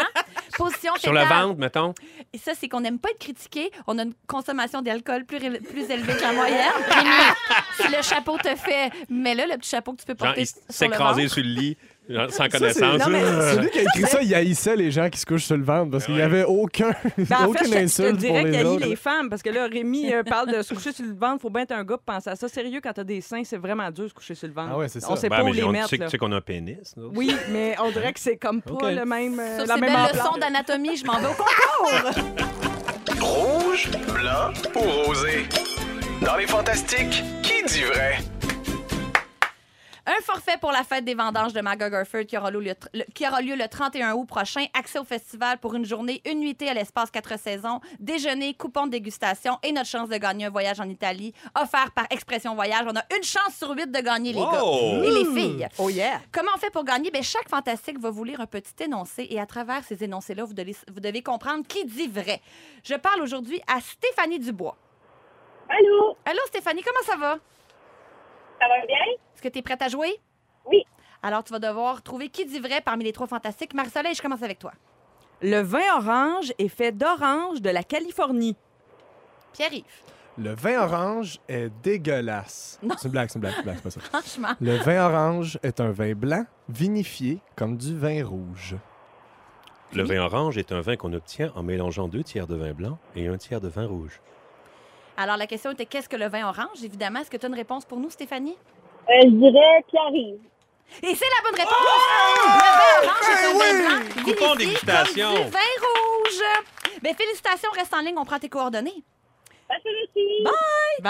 Speaker 3: Position
Speaker 4: Sur le
Speaker 3: fétale.
Speaker 4: ventre, mettons.
Speaker 3: Et ça, c'est qu'on n'aime pas être critiqué. On a une consommation d'alcool plus, ré- plus élevée que la
Speaker 4: <laughs>
Speaker 3: moyenne. si le chapeau te fait... Mais là, le petit chapeau que tu peux
Speaker 4: Genre,
Speaker 3: porter
Speaker 4: il
Speaker 3: sur le
Speaker 4: s'écraser sur le lit, genre, sans
Speaker 2: Ça, c'est-
Speaker 4: connaissance.
Speaker 5: non, mais-
Speaker 4: Euh,
Speaker 2: Celui qui a
Speaker 5: <laughs>
Speaker 2: écrit ça, il haïssait les gens qui se couchent sur le ventre parce qu'il n'y
Speaker 4: Ouais.
Speaker 2: avait aucun,
Speaker 5: Ben, en fait,
Speaker 2: aucune
Speaker 5: je te- je te
Speaker 2: insulte pour
Speaker 5: dirais qu'il
Speaker 2: les
Speaker 5: y
Speaker 2: autres.
Speaker 5: les femmes, parce que là, Rémi euh, parle de se coucher sur le ventre. Faut bien être un gars pour penser à ça. Sérieux, quand t'as des seins, c'est vraiment dur de se coucher sur le ventre.
Speaker 2: Ah ouais, c'est ça.
Speaker 5: On sait
Speaker 4: ben,
Speaker 5: pas où
Speaker 4: mais
Speaker 5: les
Speaker 4: on-
Speaker 5: mettre.
Speaker 4: tu sais que-
Speaker 5: là.
Speaker 4: tu sais qu'on a un pénis. nous autres.
Speaker 5: Oui, mais on dirait que c'est comme pas
Speaker 4: OK.
Speaker 5: le même, euh,
Speaker 3: Sur
Speaker 5: la
Speaker 3: ces
Speaker 5: même
Speaker 3: belles
Speaker 5: ampleur.
Speaker 3: leçons d'anatomie, je m'en vais au compte.
Speaker 1: Rouge, blanc ou rosé. Dans les fantastiques, qui dit vrai?
Speaker 3: Un forfait pour la fête des vendanges de Magog Orford qui aura, lieu le, tr- le- qui aura lieu le 31 août prochain. Accès au festival pour une journée, une nuitée à l'espace quatre saisons, déjeuner, coupon de dégustation et notre chance de gagner un voyage en Italie offert par Expression Voyage. On a une chance sur huit de gagner, les
Speaker 4: Wow!
Speaker 3: gars et les filles.
Speaker 5: Oh yeah!
Speaker 3: Comment on fait pour gagner? Ben, chaque fantastique va vous lire un petit énoncé et à travers ces énoncés-là, vous, devez- vous devez comprendre qui dit vrai. Je parle aujourd'hui à Stéphanie Dubois.
Speaker 6: Allô,
Speaker 3: Allô, Stéphanie, comment ça va?
Speaker 6: ça va bien?
Speaker 3: Est-ce que tu es prête à jouer?
Speaker 6: Oui.
Speaker 3: Alors, tu vas devoir trouver qui dit vrai parmi les trois fantastiques. Marie-Soleil, je commence avec toi.
Speaker 5: Le vin orange est fait d'orange de la Californie.
Speaker 3: Pierre-Yves,
Speaker 2: Le vin orange est dégueulasse. C'est une blague, c'est une blague, c'est une blague, c'est pas ça.
Speaker 3: franchement,
Speaker 2: Le vin orange est un vin blanc vinifié comme du vin rouge.
Speaker 4: Le vin orange est un vin qu'on obtient en mélangeant deux tiers de vin blanc et un tiers de vin rouge.
Speaker 3: alors la question était qu'est-ce que le vin orange? Évidemment, est-ce que tu as une réponse pour nous, Stéphanie?
Speaker 6: Euh, je dirais Pierre-Yves.
Speaker 3: Et c'est la bonne réponse! le vin orange est un vin blanc
Speaker 4: Oh! Eh Coupon
Speaker 3: vinifié
Speaker 4: dégustation.
Speaker 3: comme du vin rouge! Ben, félicitations, reste en ligne, on prend tes coordonnées.
Speaker 6: Parce que je suis-
Speaker 5: Bye!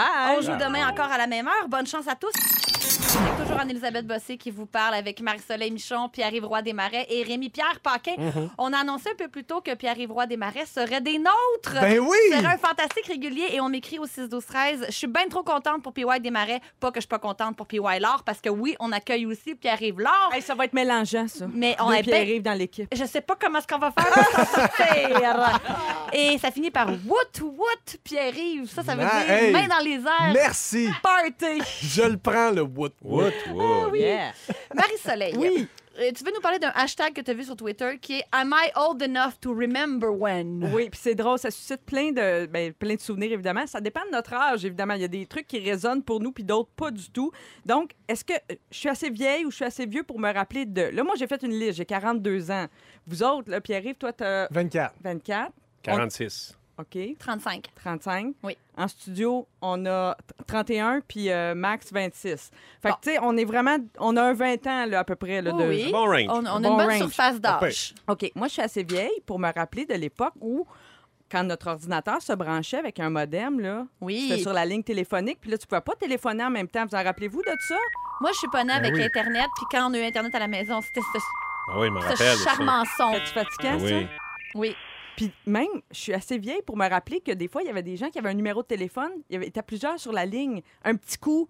Speaker 2: Ah,
Speaker 3: On joue demain encore à la même heure. Bonne chance à tous. C'est toujours Anne-Elisabeth Bossé qui vous parle avec Marie-Soleil Michon, Pierre-Yves Roy Desmarais et Rémi-Pierre Paquin.
Speaker 2: Mhm.
Speaker 3: On a annoncé un peu plus tôt que Pierre-Yves Roy Desmarais serait des nôtres.
Speaker 2: Ben oui!
Speaker 3: C'est un fantastique régulier et on m'écrit au 6-12-13. Je suis bien trop contente pour PY Desmarais. Pas que je suis pas contente pour PY Laure, parce que oui, on accueille aussi Pierre-Yves Laure.
Speaker 5: Hey, ça va être mélangeant, ça.
Speaker 3: Mais on
Speaker 5: Deux
Speaker 3: est bien-
Speaker 5: Pierre-Yves dans l'équipe.
Speaker 3: Je sais pas comment est-ce qu'on va faire pour s'en
Speaker 2: <laughs>
Speaker 3: sortir. Et ça finit par Wout, Wout, Pierre-Yves. Ça, ça veut
Speaker 2: Ah,
Speaker 3: dire
Speaker 2: hey.
Speaker 3: main dans les airs.
Speaker 2: Merci!
Speaker 3: Party.
Speaker 2: Je le prends, le wood wood.
Speaker 4: <laughs>
Speaker 5: Yeah.
Speaker 3: Marie-Soleil. Euh, Tu veux nous parler d'un hashtag que tu as vu sur Twitter qui est Am I old enough to remember when?
Speaker 5: Oui, puis c'est drôle, ça suscite plein de, ben, plein de souvenirs, évidemment. Ça dépend de notre âge, évidemment. Il y a des trucs qui résonnent pour nous, puis d'autres pas du tout. Donc, est-ce que euh, je suis assez vieille ou je suis assez vieux pour me rappeler de... Là, moi, j'ai fait une liste, j'ai 42 ans. Vous autres, là, Pierre-Yves, toi, t'as
Speaker 2: 24.
Speaker 5: 24,
Speaker 4: 46.
Speaker 5: OK,
Speaker 3: 35.
Speaker 5: 35.
Speaker 3: Oui.
Speaker 5: En studio, on a t- 31, puis euh, Max, 26. Fait que,
Speaker 3: Bon.
Speaker 5: tu sais, on est vraiment... On a un 20 ans, là, à peu près, là, de...
Speaker 3: Oh Oui.
Speaker 4: Bon range.
Speaker 3: On, on a une
Speaker 5: Bon
Speaker 3: bonne
Speaker 5: range. Ah,
Speaker 3: surface d'âge.
Speaker 5: OK, moi, je suis assez vieille pour me rappeler de l'époque où, quand notre ordinateur se branchait avec un modem, là,
Speaker 3: Oui.
Speaker 5: c'était sur la ligne téléphonique, puis là, tu pouvais pas téléphoner en même temps. Vous en rappelez-vous de ça?
Speaker 3: Moi, je suis pas née
Speaker 2: Ben
Speaker 3: avec
Speaker 2: oui.
Speaker 3: Internet, puis quand on a eu Internet à la maison, c'était ce,
Speaker 4: Ah oui, je m'en
Speaker 3: ce
Speaker 4: rappelle. ça.
Speaker 3: charmant son.
Speaker 5: C'était-tu fatigant,
Speaker 4: Ah oui.
Speaker 5: ça?
Speaker 3: Oui.
Speaker 5: Puis même, je suis assez vieille pour me rappeler que des fois, il y avait des gens qui avaient un numéro de téléphone, il y avait, il était plusieurs sur la ligne, un petit coup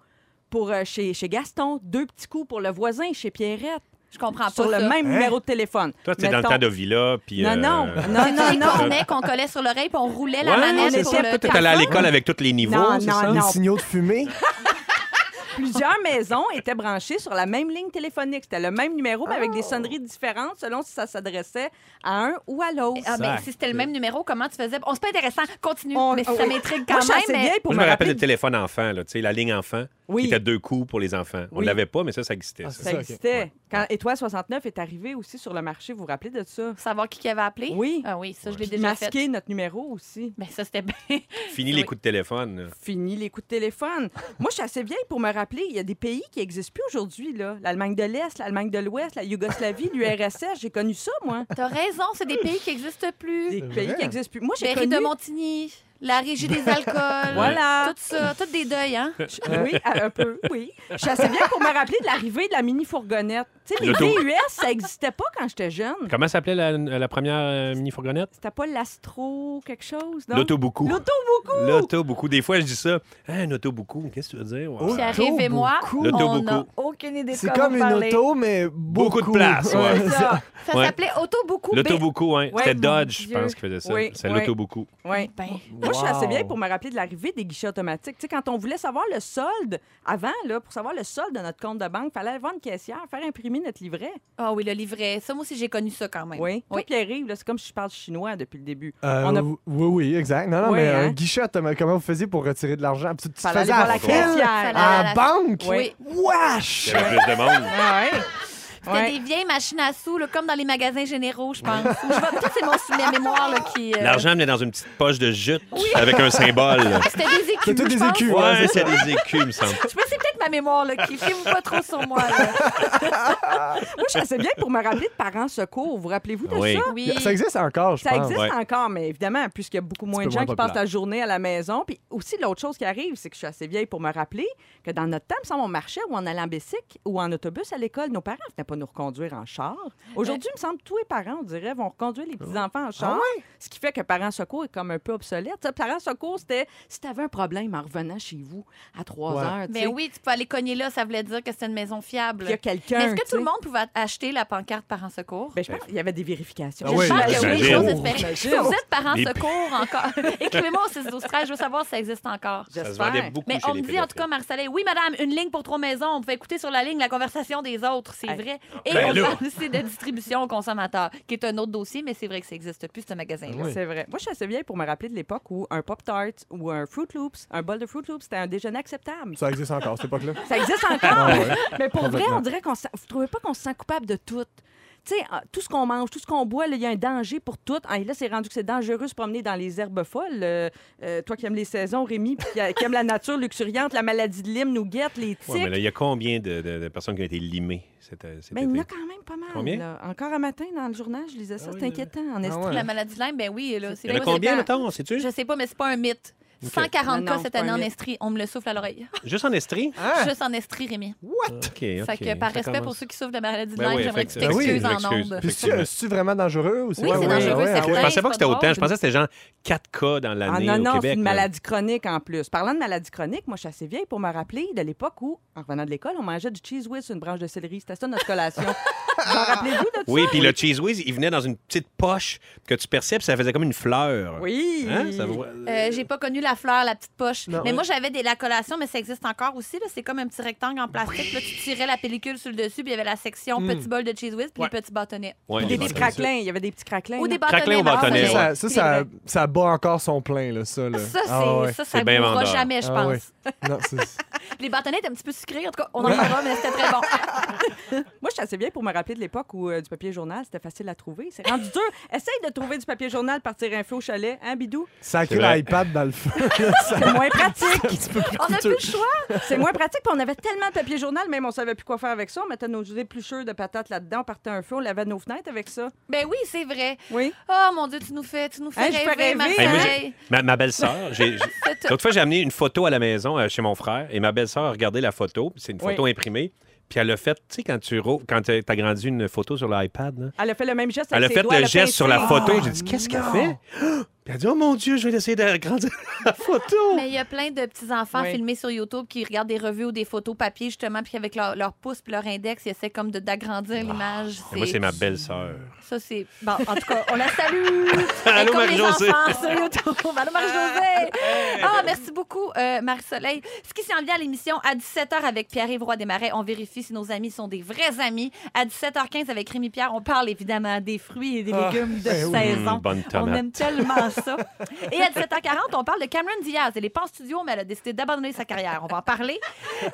Speaker 5: pour euh, chez, chez Gaston, deux petits coups pour le voisin, chez Pierrette,
Speaker 3: Je comprends Ah, pas.
Speaker 5: sur le
Speaker 3: ça.
Speaker 5: même
Speaker 2: Hein?
Speaker 5: numéro de téléphone.
Speaker 4: Toi, t'es dans le
Speaker 5: Mettons-
Speaker 4: temps de Villa, puis...
Speaker 5: Non,
Speaker 4: euh,
Speaker 5: non,
Speaker 3: C'est
Speaker 5: non, non,
Speaker 3: les
Speaker 5: non.
Speaker 3: cornets qu'on collait sur l'oreille, puis on roulait la
Speaker 4: Ouais,
Speaker 3: manette
Speaker 5: c'est
Speaker 3: pour
Speaker 5: ça,
Speaker 3: le
Speaker 5: peut-être
Speaker 4: Peut-être allé à
Speaker 3: plafond.
Speaker 4: l'école avec tous les niveaux,
Speaker 5: Non,
Speaker 4: c'est
Speaker 5: non,
Speaker 4: ça?
Speaker 2: Les
Speaker 5: non.
Speaker 2: signaux
Speaker 4: <laughs>
Speaker 2: de fumée. Ah,
Speaker 5: plusieurs maisons étaient branchées sur la même ligne téléphonique. C'était le même numéro, mais avec des
Speaker 3: Oh.
Speaker 5: sonneries différentes selon si ça s'adressait à un ou à l'autre.
Speaker 3: Ah, ben, si c'était le même numéro, comment tu faisais? On c'est pas intéressant. Continue. mais ça m'intrigue quand
Speaker 5: Moi, je suis
Speaker 3: même.
Speaker 5: assez
Speaker 3: mais-
Speaker 5: vieille pour
Speaker 4: Moi, je me rappelle
Speaker 5: rappeler
Speaker 4: le téléphone enfant, là, tu sais, la ligne enfant.
Speaker 5: Oui.
Speaker 4: Qui était deux coups pour les enfants. On
Speaker 5: Oui.
Speaker 4: l'avait pas, mais ça, ça existait.
Speaker 2: Ah,
Speaker 4: ça.
Speaker 2: c'est
Speaker 5: Ça
Speaker 2: ok.
Speaker 5: existait. Quand Étoile 69 est arrivée aussi sur le marché, vous vous rappelez de ça?
Speaker 3: Savoir qui qui avait appelé?
Speaker 5: Oui.
Speaker 3: Ah oui, ça, je l'ai
Speaker 5: Puis
Speaker 3: déjà fait.
Speaker 5: masquer notre numéro aussi.
Speaker 3: Ben, ça, c'était <laughs> bien.
Speaker 4: Fini les
Speaker 3: Oui.
Speaker 4: coups de téléphone. là.
Speaker 5: Fini les coups de
Speaker 3: <laughs>
Speaker 5: téléphone. Moi, je suis assez vieille pour me rappeler, il y a des pays qui n'existent plus aujourd'hui. là. L'Allemagne de l'Est, l'Allemagne de l'Ouest, la Yougoslavie, l'URSS. J'ai connu ça, moi.
Speaker 3: T'as raison, c'est des pays qui n'existent plus.
Speaker 5: Des pays
Speaker 2: vrai?
Speaker 5: qui n'existent plus. Moi, j'ai
Speaker 3: Berry
Speaker 5: connu...
Speaker 3: de Montigny, la régie des alcools,
Speaker 5: Voilà.
Speaker 3: tout ça, tout des deuils, hein?
Speaker 5: euh, Oui, un peu, oui. Je suis assez bien pour me rappeler de l'arrivée de la mini-fourgonnette. Tu sais, les
Speaker 4: L'auto.
Speaker 5: VUS, ça n'existait pas quand j'étais jeune.
Speaker 4: <laughs> Comment s'appelait la, la première euh, mini-fourgonnette?
Speaker 5: C'était pas l'astro quelque chose, non?
Speaker 4: L'auto beaucoup.
Speaker 5: L'auto beaucoup!
Speaker 4: L'auto beaucoup. Des fois, je dis ça. Hein, un auto beaucoup, qu'est-ce que tu veux dire? Wow.
Speaker 2: Oh.
Speaker 3: Pierre-Yves et moi,
Speaker 2: Beaucoup.
Speaker 3: on a
Speaker 4: L'auto-beaucoup.
Speaker 3: aucune idée de
Speaker 2: C'est
Speaker 3: quoi
Speaker 2: comme
Speaker 3: vous
Speaker 2: une
Speaker 3: parlez.
Speaker 2: auto, mais beaucoup,
Speaker 4: Beaucoup de place, ouais.
Speaker 3: C'est
Speaker 2: <laughs>
Speaker 3: ça. Ça
Speaker 4: Ouais.
Speaker 3: s'appelait Ben, Auto Beaucoup.
Speaker 4: L'auto
Speaker 3: B-
Speaker 4: beaucoup, hein?
Speaker 5: Ouais,
Speaker 4: C'était
Speaker 5: mon
Speaker 4: Dodge, je
Speaker 5: Dieu.
Speaker 4: pense, qui faisait ça.
Speaker 5: Oui,
Speaker 4: C'est
Speaker 5: oui.
Speaker 4: l'auto beaucoup.
Speaker 5: Oui.
Speaker 3: Ben,
Speaker 5: Moi, je suis assez
Speaker 2: Wow.
Speaker 5: vieille pour me rappeler de l'arrivée des guichets automatiques. Tu sais, quand on voulait savoir le solde, avant, là, pour savoir le solde de notre compte de banque, fallait aller voir une caissière, faire imprimer notre livret.
Speaker 3: Ah oui, le livret. Ça, moi aussi, j'ai connu ça quand même.
Speaker 5: Oui.
Speaker 3: Oui.
Speaker 5: Toi, Pierre-Yves, là, c'est comme si je parle chinois depuis le début.
Speaker 2: Euh,
Speaker 5: On a-
Speaker 2: Oui, oui, exact. Non, non,
Speaker 5: Oui,
Speaker 2: mais
Speaker 5: hein.
Speaker 2: un guichet, automate- comment vous faisiez pour retirer de l'argent? Puis Tu, tu
Speaker 5: Fallait aller
Speaker 2: faisais
Speaker 5: voir
Speaker 2: à
Speaker 5: la
Speaker 2: la
Speaker 5: caissière.
Speaker 2: file
Speaker 3: Fallait
Speaker 2: à
Speaker 3: aller à la-
Speaker 2: la banque?
Speaker 3: Oui.
Speaker 2: Wesh!
Speaker 4: Il y avait plus de monde.
Speaker 5: Ah ouais.
Speaker 3: C'était des vieilles machines à sous, là, comme dans les magasins généraux, je pense. Ou je vais- Ça, c'est mon souvenir mémoire là, qui. euh,
Speaker 4: L'argent venait dans une petite poche de jute avec un symbole.
Speaker 3: Ah, C'était des écus.
Speaker 2: C'était
Speaker 3: je
Speaker 2: des
Speaker 3: pense.
Speaker 2: écus, ouais,
Speaker 4: Ouais,
Speaker 2: c'est
Speaker 4: c'est des écus, me semble.
Speaker 3: Je pense que c'est peut-être ma mémoire là, qui. Fiez-vous pas trop sur moi. là.
Speaker 5: Moi, je suis assez bien pour me rappeler de parents secours. Vous rappelez-vous de
Speaker 4: Oui.
Speaker 5: ça?
Speaker 3: Oui.
Speaker 2: Ça existe encore, je
Speaker 5: Ça
Speaker 2: pense.
Speaker 5: existe
Speaker 4: Ouais.
Speaker 5: encore, mais évidemment, puisqu'il y a beaucoup moins de
Speaker 2: peu
Speaker 5: gens
Speaker 2: moins
Speaker 5: qui passent
Speaker 2: populaire.
Speaker 5: la journée à la maison. Puis aussi, l'autre chose qui arrive, c'est que je suis assez vieille pour me rappeler que dans notre temps, il me semble, on marchait ou en allant en bicycle ou en autobus à l'école. Nos parents ne venaient pas nous reconduire en char. Aujourd'hui, il me semble, tous les parents, on dirait, vont reconduire
Speaker 2: Ah.
Speaker 5: les
Speaker 3: Ah
Speaker 5: petits-enfants en char. Ce qui fait que Parents Secours est comme un peu obsolète. Ça, Parents Secours, c'était si tu avais un problème en revenant chez vous à 3
Speaker 2: Ouais.
Speaker 5: heures. tu
Speaker 3: Mais
Speaker 5: sais,
Speaker 3: Ben oui, tu peux aller cogner là, ça voulait dire que c'était une maison fiable.
Speaker 5: Il y a quelqu'un.
Speaker 3: Mais est-ce que
Speaker 5: tu sais.
Speaker 3: tout le monde pouvait acheter la pancarte Parents Secours?
Speaker 5: Ben, je pense qu'il y avait des vérifications.
Speaker 2: Ah oui,
Speaker 3: J'espère que oui,
Speaker 4: j'imagine.
Speaker 3: j'ose espérer. Si
Speaker 5: J'imagine.
Speaker 3: vous êtes Parents
Speaker 4: Les-
Speaker 3: Secours
Speaker 4: <laughs>
Speaker 3: encore, écrivez-moi au 6 12 13, je veux savoir si ça existe encore.
Speaker 4: Ça se vendait
Speaker 5: J'espère.
Speaker 4: beaucoup
Speaker 3: Mais
Speaker 4: chez
Speaker 3: on
Speaker 4: les
Speaker 3: me dit en tout cas,
Speaker 4: pédophiles.
Speaker 3: Marcelet, oui, madame, une ligne pour trois maisons. On peut écouter sur la ligne la conversation des autres, c'est
Speaker 5: Hey.
Speaker 3: vrai. Et
Speaker 4: Ben
Speaker 3: on
Speaker 4: là.
Speaker 3: parle aussi de distribution aux consommateurs, qui est un autre dossier, mais c'est vrai que ça n'existe plus, ce magasin-là.
Speaker 4: Ah
Speaker 2: Oui.
Speaker 5: C'est vrai. Moi, je suis assez vieille pour me rappeler de l'époque où un Pop-Tart ou un Fruit Loops, un bol de Fruit Loops, c'était un déjeuner acceptable.
Speaker 2: Ça existe encore, c'est pas clair.
Speaker 5: Ça existe encore. Mais pour vrai, on dirait qu'on se- Vous trouvez pas qu'on se sent coupable de tout? Tu sais, euh, tout ce qu'on mange, tout ce qu'on boit, là, il y a un danger pour tout. Ah, Et là, c'est rendu que c'est dangereux de se promener dans les herbes folles. Euh, euh, toi qui aimes les saisons, Rémi, puis qui, a- qui aime la nature luxuriante, la maladie de Lyme nous guette, les tiques.
Speaker 4: Ouais, mais là, il y a combien de, de- de personnes qui ont été limées cet, euh, cet
Speaker 5: Ben, il y
Speaker 4: été?
Speaker 5: en a quand même pas mal.
Speaker 4: Combien?
Speaker 5: là. Encore un matin, dans le journal, je lisais ça.
Speaker 2: Ah
Speaker 5: c'est
Speaker 2: oui,
Speaker 5: inquiétant, en
Speaker 2: Ah
Speaker 5: estime.
Speaker 2: ouais.
Speaker 3: La maladie de Lyme, ben oui. Là, c'est
Speaker 4: Il y en a
Speaker 3: pas-
Speaker 4: combien,
Speaker 3: c'est quand-
Speaker 4: mettons, sais-tu?
Speaker 3: Je sais pas, mais c'est pas un mythe.
Speaker 4: Ok.
Speaker 3: 140
Speaker 5: Non,
Speaker 3: cas
Speaker 5: non,
Speaker 3: cette
Speaker 5: c'est
Speaker 3: année
Speaker 5: pas un
Speaker 3: en
Speaker 5: mythe.
Speaker 3: estrie. On me le souffle à l'oreille.
Speaker 4: Juste en Estrie?
Speaker 2: Hein?
Speaker 3: Juste en estrie, Rémi.
Speaker 2: What?
Speaker 4: OK, Ah! OK.
Speaker 3: Ah. fait que par
Speaker 4: ça
Speaker 3: respect
Speaker 4: commence.
Speaker 3: pour ceux qui souffrent de la maladie de
Speaker 4: Ben
Speaker 3: Lyme,
Speaker 4: oui,
Speaker 3: j'aimerais que tu
Speaker 4: effectivement.
Speaker 2: Oui,
Speaker 3: t'excuses
Speaker 4: je
Speaker 3: en
Speaker 4: m'excuse.
Speaker 3: ondes.
Speaker 2: Puis c'est-
Speaker 4: Effectivement.
Speaker 2: c'est-tu vraiment dangereux ou
Speaker 3: Oui,
Speaker 2: ouais,
Speaker 3: c'est
Speaker 2: ouais,
Speaker 3: dangereux,
Speaker 2: ouais,
Speaker 3: c'est
Speaker 2: ok.
Speaker 4: Je
Speaker 3: certain.
Speaker 4: pensais pas
Speaker 3: c'est
Speaker 4: que c'était
Speaker 3: pas
Speaker 4: autant. Je
Speaker 3: drôle.
Speaker 4: pensais que c'était genre 4 cas dans
Speaker 5: Ah
Speaker 4: l'année
Speaker 5: non,
Speaker 4: au
Speaker 5: non, c'est
Speaker 4: Québec.
Speaker 5: une
Speaker 4: là.
Speaker 5: maladie chronique en plus. Parlant de maladie chronique, moi, je suis assez vieille pour me rappeler de l'époque où, en revenant de l'école, on mangeait du cheese whiz sur une branche de céleri. C'était ça
Speaker 4: <laughs>
Speaker 5: notre collation. Vous en rappelez-vous de ça?
Speaker 4: Oui, puis le cheese whiz, il venait dans une petite poche que tu perçais, puis ça faisait comme une fleur.
Speaker 5: Oui.
Speaker 4: Hein? Ça vous-
Speaker 3: Euh, j'ai pas connu la fleur, la petite poche.
Speaker 2: Non.
Speaker 3: mais moi, j'avais des, la collation, mais ça existe encore aussi. là. C'est comme un petit rectangle en plastique. Là, tu tirais la pellicule sur le dessus, puis il y avait la section
Speaker 2: Mm.
Speaker 3: petit bol de cheese whiz, puis
Speaker 2: Ouais.
Speaker 3: les petits bâtonnets.
Speaker 4: Ouais,
Speaker 5: Des,
Speaker 4: on
Speaker 5: des
Speaker 4: va
Speaker 5: craquelins. Il y avait des petits craquelins.
Speaker 3: Ou
Speaker 5: là.
Speaker 3: des bâtonnets.
Speaker 4: Craquelin au
Speaker 3: non,
Speaker 4: bâtonnet,
Speaker 3: mais-
Speaker 2: Ça, ça,
Speaker 3: c'est
Speaker 2: ça,
Speaker 3: vrai.
Speaker 2: ça bat encore son plein, là, ça. Là.
Speaker 3: Ça, c'est,
Speaker 2: Ah ouais.
Speaker 3: ça, ça
Speaker 4: C'est bien
Speaker 3: bougera
Speaker 4: vendeur.
Speaker 3: jamais, je
Speaker 2: Ah
Speaker 3: pense.
Speaker 2: ouais. Non, c'est-
Speaker 3: Les bâtonnets étaient un petit peu sucrés, en tout cas. On en parlera, mais c'était
Speaker 2: <laughs>
Speaker 3: très bon.
Speaker 5: Moi, je suis assez vieille pour me rappeler de l'époque où euh, du papier journal, c'était facile à trouver. C'est rendu dur. Essaye de trouver du papier journal, partir info au chalet, hein, Bidou?
Speaker 2: Sacrer
Speaker 4: C'est vrai.
Speaker 2: l'iPad dans le feu.
Speaker 5: C'est moins
Speaker 4: <laughs>
Speaker 5: pratique.
Speaker 3: On n'a plus le choix.
Speaker 5: C'est moins pratique, puis on avait tellement de papier journal, même on savait plus quoi faire avec ça. On mettait nos épluchures de patates là-dedans, on partait un feu, on lavait nos fenêtres avec ça.
Speaker 3: Ben oui, c'est vrai.
Speaker 5: Oui.
Speaker 3: Oh mon Dieu, tu nous fais, tu nous fais
Speaker 5: Hey, je fais
Speaker 3: rêver,
Speaker 5: rêver,
Speaker 3: Marseille.
Speaker 4: Hey, moi, j'ai- ma, ma belle-sœur, j'ai- j'ai-
Speaker 3: C'est-
Speaker 4: l'autre fois, j'ai amené une photo à la maison euh, chez mon frère et ma belle-sœur a regardé la photo. puis C'est une photo imprimée. Puis elle a fait, tu sais, quand tu rou- quand t'as t'as grandi une photo sur l'iPad, là,
Speaker 5: Elle a fait le même geste
Speaker 4: elle a
Speaker 5: avec
Speaker 4: fait
Speaker 5: ses doigts,
Speaker 4: le
Speaker 5: a
Speaker 4: geste sur la
Speaker 5: pincé.
Speaker 4: photo.
Speaker 2: Ah,
Speaker 4: J'ai dit, qu'est-ce qu'elle
Speaker 2: non.
Speaker 4: fait? Puis elle a dit, oh mon Dieu, je vais <laughs> essayer d'agrandir la photo.
Speaker 3: Mais il y a plein de petits-enfants
Speaker 5: Oui.
Speaker 3: filmés sur YouTube qui regardent des revues ou des photos papier, justement, puis avec leur, leur pouce puis leur index, ils essaient comme de- d'agrandir l'image.
Speaker 4: Ah. Mais moi, c'est ma belle-sœur.
Speaker 3: Ça, c'est. Bon, en tout cas, on la salue.
Speaker 4: Allô,
Speaker 3: Comme les
Speaker 4: Marie-Josée.
Speaker 3: enfants sur YouTube. Allô, Marie-Josée. Ah, merci beaucoup, euh, Marie-Soleil. Ce qui s'en vient à l'émission à 17h avec Pierre-Yves Roy Desmarais, on vérifie si nos amis sont des vrais amis. À 17h15 avec Rémi Pierre, on parle évidemment des fruits et des légumes de
Speaker 2: ben oui.
Speaker 3: saison.
Speaker 4: Mmh, bonne
Speaker 3: on
Speaker 4: tomate.
Speaker 3: aime tellement ça. Et à 17h40, on parle de Cameron Diaz. Elle est pas en studio, mais elle a décidé d'abandonner sa carrière. On va en parler.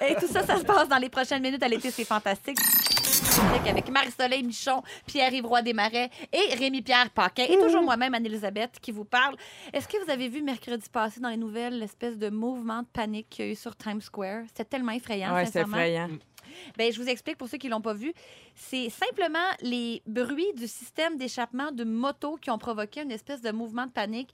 Speaker 3: Et tout ça, ça se passe dans les prochaines minutes à l'été. C'est fantastique. Québec avec Marie-Soleil Michon, Pierre-Yves Roy Desmarais et Rémi-Pierre Paquin. Et
Speaker 5: Mm.
Speaker 3: toujours moi-même, Anne-Elisabeth, qui vous parle. Est-ce que vous avez vu mercredi passé dans les nouvelles l'espèce de mouvement de panique qu'il y a eu sur Times Square? C'était tellement effrayant,
Speaker 5: Ouais, c'est
Speaker 3: Ah, sincèrement.
Speaker 5: effrayant.
Speaker 3: Ben, je vous explique pour ceux qui l'ont pas vu. C'est simplement les bruits du système d'échappement de moto qui ont provoqué une espèce de mouvement de panique.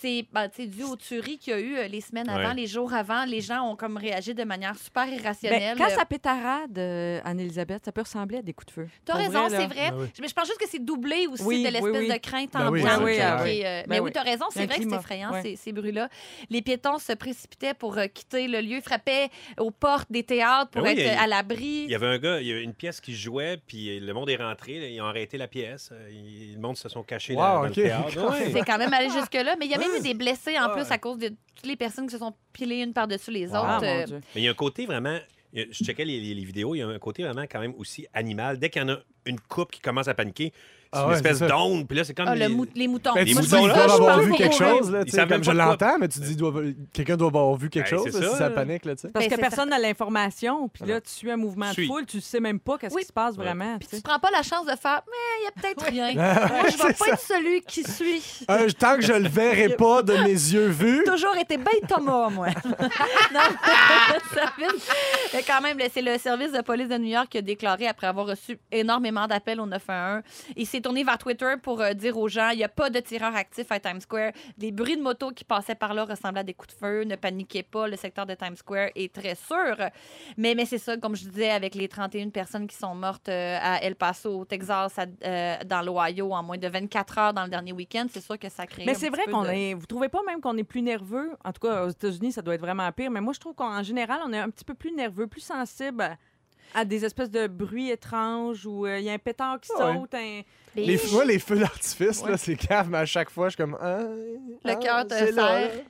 Speaker 3: c'est ben, tu sais, dû aux tueries qu'il y a eu euh, les semaines avant,
Speaker 4: Ouais.
Speaker 3: les jours avant. Les gens ont comme réagi de manière super
Speaker 5: Ben,
Speaker 3: irrationnelle.
Speaker 5: quand ça pétarade, euh, Anne-Elisabeth, ça peut ressembler à des coups de feu.
Speaker 3: T'as
Speaker 5: Pour
Speaker 3: raison,
Speaker 5: là.
Speaker 3: c'est vrai.
Speaker 2: Ben oui.
Speaker 3: Mais je pense juste que c'est doublé aussi
Speaker 5: Oui,
Speaker 3: de l'espèce
Speaker 5: oui, oui.
Speaker 3: de crainte
Speaker 2: Ben oui,
Speaker 3: ambiante.
Speaker 2: c'est
Speaker 3: qui-
Speaker 2: clair.
Speaker 3: qui est, euh,
Speaker 5: Ben
Speaker 3: mais oui,
Speaker 5: oui.
Speaker 3: t'as raison,
Speaker 5: Il y a
Speaker 3: c'est
Speaker 5: un
Speaker 3: vrai que c'est
Speaker 5: climat.
Speaker 3: effrayant,
Speaker 5: Ouais.
Speaker 3: ces, ces bruits-là. Les piétons se précipitaient pour euh, quitter le lieu, frappaient aux portes des théâtres pour
Speaker 4: Ben oui,
Speaker 3: être
Speaker 4: il y a-
Speaker 3: à l'abri.
Speaker 4: Il y avait un gars, il y avait une pièce qui jouait, puis le monde est rentré, là, ils ont arrêté la pièce, euh, ils- le monde se sont cachés
Speaker 2: Wow,
Speaker 4: dans, dans
Speaker 2: ok.
Speaker 4: le théâtre. Ouais.
Speaker 2: <laughs>
Speaker 3: C'est quand même allé jusque-là, mais il y a même eu des blessés en
Speaker 2: Ah.
Speaker 3: plus à cause de toutes les personnes qui se sont pilées une par-dessus les
Speaker 4: Wow.
Speaker 5: Ah,
Speaker 3: autres.
Speaker 5: mon
Speaker 3: Euh,
Speaker 5: Dieu.
Speaker 4: Mais il y a un côté vraiment. il y a- Je checkais les, les- les vidéos, il y a un côté vraiment quand même aussi animal. Dès qu'il y en a une coupe qui commence à paniquer, c'est
Speaker 2: Ah
Speaker 4: une
Speaker 2: ouais,
Speaker 4: espèce
Speaker 2: c'est ça.
Speaker 4: d'onde, puis là, c'est comme.
Speaker 3: ah, le
Speaker 4: les-
Speaker 3: mou- les moutons.
Speaker 2: Ben,
Speaker 4: Les
Speaker 2: tu
Speaker 3: Moi,
Speaker 2: dis,
Speaker 3: je
Speaker 2: ils
Speaker 4: moutons,
Speaker 3: pense
Speaker 4: là,
Speaker 2: doivent
Speaker 3: que je
Speaker 2: avoir
Speaker 3: peux
Speaker 2: vu
Speaker 3: pour
Speaker 2: quelque
Speaker 3: eux.
Speaker 2: chose. Là,
Speaker 4: Ils
Speaker 2: tu sais,
Speaker 4: savent
Speaker 2: comme
Speaker 4: même
Speaker 2: je
Speaker 4: pas quoi.
Speaker 2: l'entends, mais tu te dis, ils doivent- quelqu'un doit avoir vu quelque
Speaker 4: Ben,
Speaker 2: chose
Speaker 4: c'est
Speaker 2: là,
Speaker 4: ça,
Speaker 2: si ça
Speaker 4: là.
Speaker 2: panique. Là, tu sais. <laughs>
Speaker 5: Parce
Speaker 3: Ben,
Speaker 5: que
Speaker 3: c'est
Speaker 5: personne n'a l'information, puis là, tu suis un mouvement de
Speaker 4: Suis.
Speaker 5: foule, tu sais même pas qu'est-ce
Speaker 3: Oui.
Speaker 5: qui se passe
Speaker 4: Ouais.
Speaker 5: vraiment.
Speaker 3: Puis
Speaker 5: tu sais.
Speaker 3: tu prends pas la chance de faire, mais il y a peut-être rien. Moi, je vais
Speaker 2: C'est
Speaker 3: pas être celui qui suit.
Speaker 2: Euh, tant que je le
Speaker 3: <laughs>
Speaker 2: verrai pas de mes yeux vus,
Speaker 3: toujours été bien Thomas, moi. <laughs> non, le service- mais quand même, là, c'est le service de police de New York qui a déclaré, après avoir reçu énormément d'appels au 911, il s'est tourné vers Twitter pour euh, dire aux gens, il n'y a pas de tireurs actifs à Times Square. Les bruits de moto qui passaient par là ressemblaient à des coups de feu. Ne paniquez pas, le secteur de Times Square est très sûr. Mais, mais c'est ça, comme je disais, avec les 31 personnes qui sont mortes euh, à El Paso, au Texas, à- euh, dans l'Ohio, en moins de 24 heures dans le dernier week-end, c'est sûr que ça crée
Speaker 5: Mais
Speaker 3: un
Speaker 5: c'est
Speaker 3: petit
Speaker 5: vrai
Speaker 3: peu
Speaker 5: qu'on
Speaker 3: de-
Speaker 5: est. Vous trouvez pas même qu'on est plus nerveux? En tout cas, aux États-Unis, ça doit être vraiment pire. Mais moi, je trouve qu'en général, on est un petit peu plus nerveux, plus sensible à, à des espèces de bruits étranges où euh, il y a un pétard qui
Speaker 2: Ah ouais.
Speaker 5: saute. un-
Speaker 2: les, moi, les feux d'artifice,
Speaker 5: Ouais.
Speaker 2: là, c'est cave, mais à chaque fois, je suis comme. Ah,
Speaker 3: Le
Speaker 2: ah,
Speaker 3: cœur te
Speaker 2: c'est là, là.
Speaker 3: serre.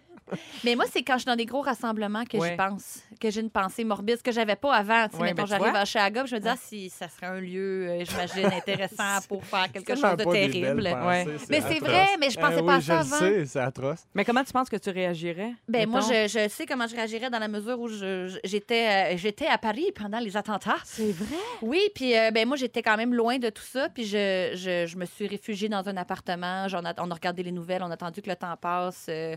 Speaker 3: Mais moi, c'est quand je suis dans des gros rassemblements que j'y
Speaker 5: Ouais.
Speaker 3: pense, que j'ai une pensée morbide, ce que j'avais pas avant. Tu sais,
Speaker 5: Ouais,
Speaker 3: mettons,
Speaker 5: ben, tu
Speaker 3: j'arrive
Speaker 5: vois.
Speaker 3: à Chicago, puis je me dis, ah, si ça serait un lieu, euh, j'imagine,
Speaker 2: <laughs>
Speaker 3: intéressant pour faire quelque
Speaker 2: Tellement
Speaker 3: chose de
Speaker 2: pas des belles
Speaker 3: terrible.
Speaker 2: pensées,
Speaker 5: Ouais.
Speaker 3: Mais c'est
Speaker 2: atroce.
Speaker 3: vrai, mais je pensais
Speaker 2: Eh
Speaker 3: pas à
Speaker 2: oui,
Speaker 3: ça
Speaker 2: je
Speaker 3: avant.
Speaker 2: le sais, c'est atroce.
Speaker 5: Mais comment tu penses que tu réagirais?
Speaker 3: Ben, moi,
Speaker 5: mettons?
Speaker 3: je, je sais comment je réagirais dans la mesure où je- je- j'étais euh, j'étais à Paris pendant les attentats.
Speaker 5: C'est vrai?
Speaker 3: Oui, puis euh, ben moi j'étais quand même loin de tout ça, puis je, je, je me suis réfugiée dans un appartement. J'en a- on a regardé les nouvelles, on a attendu que le temps passe. euh,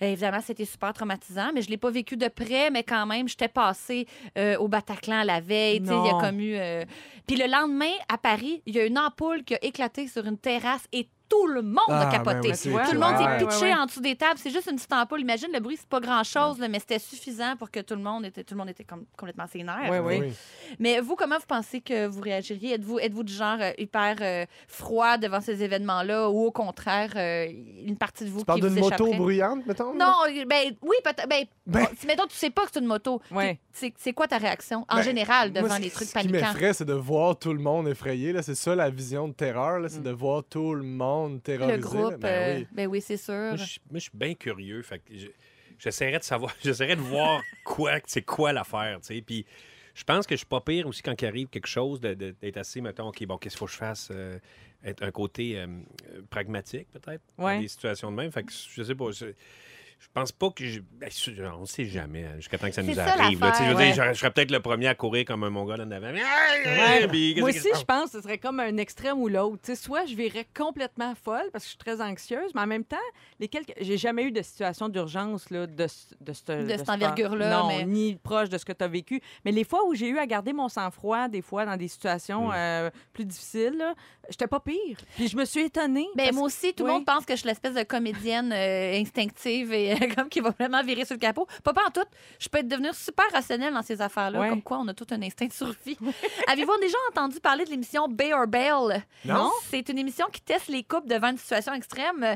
Speaker 3: évidemment, c'était super traumatisant, mais je l'ai pas vécu de près, mais quand même, j'étais passée euh, au Bataclan la veille. tu sais, Il y a
Speaker 5: Non.
Speaker 3: comme eu. euh, Puis le lendemain, à Paris, il y a une ampoule qui a éclaté sur une terrasse et tout le monde a
Speaker 2: Ah, ben
Speaker 3: capoté.
Speaker 2: oui, c'est
Speaker 5: Tout le
Speaker 3: Tout le
Speaker 2: clair.
Speaker 3: monde
Speaker 5: Ouais,
Speaker 3: s'est pitché
Speaker 5: ouais, ouais.
Speaker 3: en dessous des tables. C'est juste une petite ampoule. Imagine, le bruit, c'est pas grand-chose, là, mais c'était suffisant pour que tout le monde était, tout le monde était comme, complètement sénère.
Speaker 5: Ouais, ouais.
Speaker 2: Oui.
Speaker 3: Mais vous, comment vous pensez que vous réagiriez? Êtes-vous êtes du genre euh, hyper euh, froid devant ces événements-là ou au contraire, euh, une partie de vous
Speaker 2: Tu parles
Speaker 3: qui vous
Speaker 2: d'une moto
Speaker 3: échapperait?
Speaker 2: bruyante, mettons?
Speaker 3: Non, euh, ben oui, peut-être. Ben,
Speaker 2: Ben-
Speaker 3: on- si, mettons, tu sais pas que c'est une moto.
Speaker 5: Ouais.
Speaker 3: C'est c'est quoi ta réaction en
Speaker 2: Ben,
Speaker 3: général devant
Speaker 2: Moi, ce-
Speaker 3: les trucs
Speaker 2: Ce qui
Speaker 3: paniquants?
Speaker 2: m'effraie, c'est de voir tout le monde effrayé. là. C'est ça la vision de terreur, là, c'est
Speaker 5: Mm.
Speaker 2: de voir tout le monde terrorisé.
Speaker 3: Le
Speaker 2: là.
Speaker 3: groupe,
Speaker 2: Ben
Speaker 3: euh,
Speaker 2: oui.
Speaker 3: ben oui, c'est sûr.
Speaker 4: Moi, je suis- moi, je suis bien curieux. Fait que je- j'essaierais de savoir, <laughs> j'essaierais de voir quoi, c'est quoi l'affaire, tu sais. Puis je pense que je suis pas pire aussi quand il arrive quelque chose de- de- d'être assez, mettons, OK, bon, qu'est-ce qu'il faut que je fasse? euh, être un côté euh, euh, pragmatique, peut-être,
Speaker 5: Ouais.
Speaker 4: dans des situations de même. Fait que je sais pas, je, je pense pas que... Je, ben, je- on sait jamais, hein, jusqu'à temps que ça
Speaker 3: C'est
Speaker 4: nous
Speaker 3: ça,
Speaker 4: arrive. là. Tu sais, je veux
Speaker 3: l'affaire,
Speaker 4: dire, j'aurais- je serais peut-être le premier à courir comme un mongol en avant.
Speaker 5: Ouais.
Speaker 4: Puis, qu'est-ce
Speaker 5: Moi
Speaker 4: que-
Speaker 5: aussi, je pense que ce serait comme un extrême ou l'autre. Tu sais, soit je virais complètement folle parce que je suis très anxieuse, mais en même temps, les quelques... j'ai jamais eu de situation d'urgence là, de, ce- de, ce-
Speaker 3: De cette
Speaker 5: ce-
Speaker 3: envergure-là,
Speaker 5: Non,
Speaker 3: mais-
Speaker 5: ni proche de ce que tu as vécu. Mais les fois où j'ai eu à garder mon sang-froid, des fois dans des situations
Speaker 4: Mm.
Speaker 5: euh, plus difficiles, là, j'étais pas pire. Puis je me suis étonnée.
Speaker 3: Ben,
Speaker 5: parce-
Speaker 3: moi aussi, tout le
Speaker 5: oui.
Speaker 3: monde pense que je suis l'espèce de comédienne euh, instinctive et euh, <laughs> comme qui va vraiment virer sur le capot. Pas, pas en tout. Je peux être devenir super rationnelle dans ces affaires-là,
Speaker 5: Ouais.
Speaker 3: comme quoi on a tout un instinct de
Speaker 5: <laughs>
Speaker 3: survie. Avez-vous déjà entendu parler de l'émission Bay or Bell?
Speaker 2: Non.
Speaker 3: C'est une émission qui teste les couples devant une situation extrême. euh,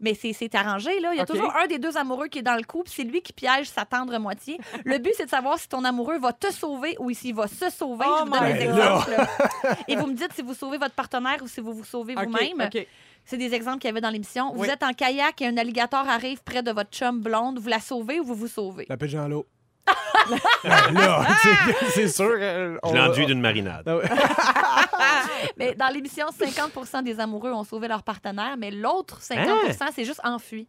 Speaker 3: Mais c'est- c'est arrangé, là. Il y a
Speaker 5: OK.
Speaker 3: toujours un des deux amoureux qui est dans le couple. C'est lui qui piège sa tendre moitié. Le but, c'est de savoir si ton amoureux va te sauver ou s'il va se sauver.
Speaker 5: Oh
Speaker 3: Je vous donne
Speaker 5: my
Speaker 3: les
Speaker 2: God.
Speaker 3: exemples.
Speaker 5: <laughs>
Speaker 3: là. Et vous me dites si vous sauvez votre partenaire ou si vous vous sauvez
Speaker 5: OK,
Speaker 3: vous-même.
Speaker 5: OK.
Speaker 3: C'est des exemples qu'il y avait dans l'émission. Vous
Speaker 5: Oui.
Speaker 3: êtes en kayak et un alligator arrive près de votre chum blonde. Vous la sauvez ou vous vous sauvez?
Speaker 2: La pêche dans
Speaker 3: <laughs>
Speaker 2: l'eau. Ben là, tu sais, c'est sûr. euh,
Speaker 4: Je
Speaker 2: on-
Speaker 4: l'enduis d'une marinade.
Speaker 2: Ah ouais.
Speaker 3: Mais dans l'émission, 50 des amoureux ont sauvé leur partenaire, mais l'autre
Speaker 2: Hein?
Speaker 3: 50 c'est juste enfui.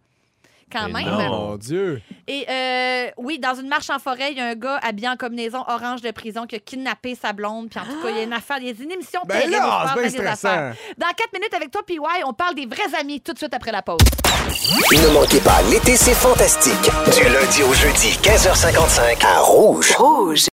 Speaker 3: Quand
Speaker 4: Mais
Speaker 3: même.
Speaker 4: non.
Speaker 2: Oh, Mon Dieu.
Speaker 3: Et euh, oui, dans une marche en forêt, il y a un gars habillé en combinaison orange de prison qui a kidnappé sa blonde. Puis en tout cas, il y a une affaire, il y a une émission
Speaker 2: Ben
Speaker 3: terrible, on
Speaker 2: là,
Speaker 3: parle
Speaker 2: c'est bien
Speaker 3: bien des affaires.
Speaker 2: stressant.
Speaker 3: Dans 4 minutes avec toi, PY, on parle des vrais amis tout de suite après la pause.
Speaker 1: Ne manquez pas, l'été, c'est fantastique. Du lundi au jeudi, 15h55, à Rouge. Rouge.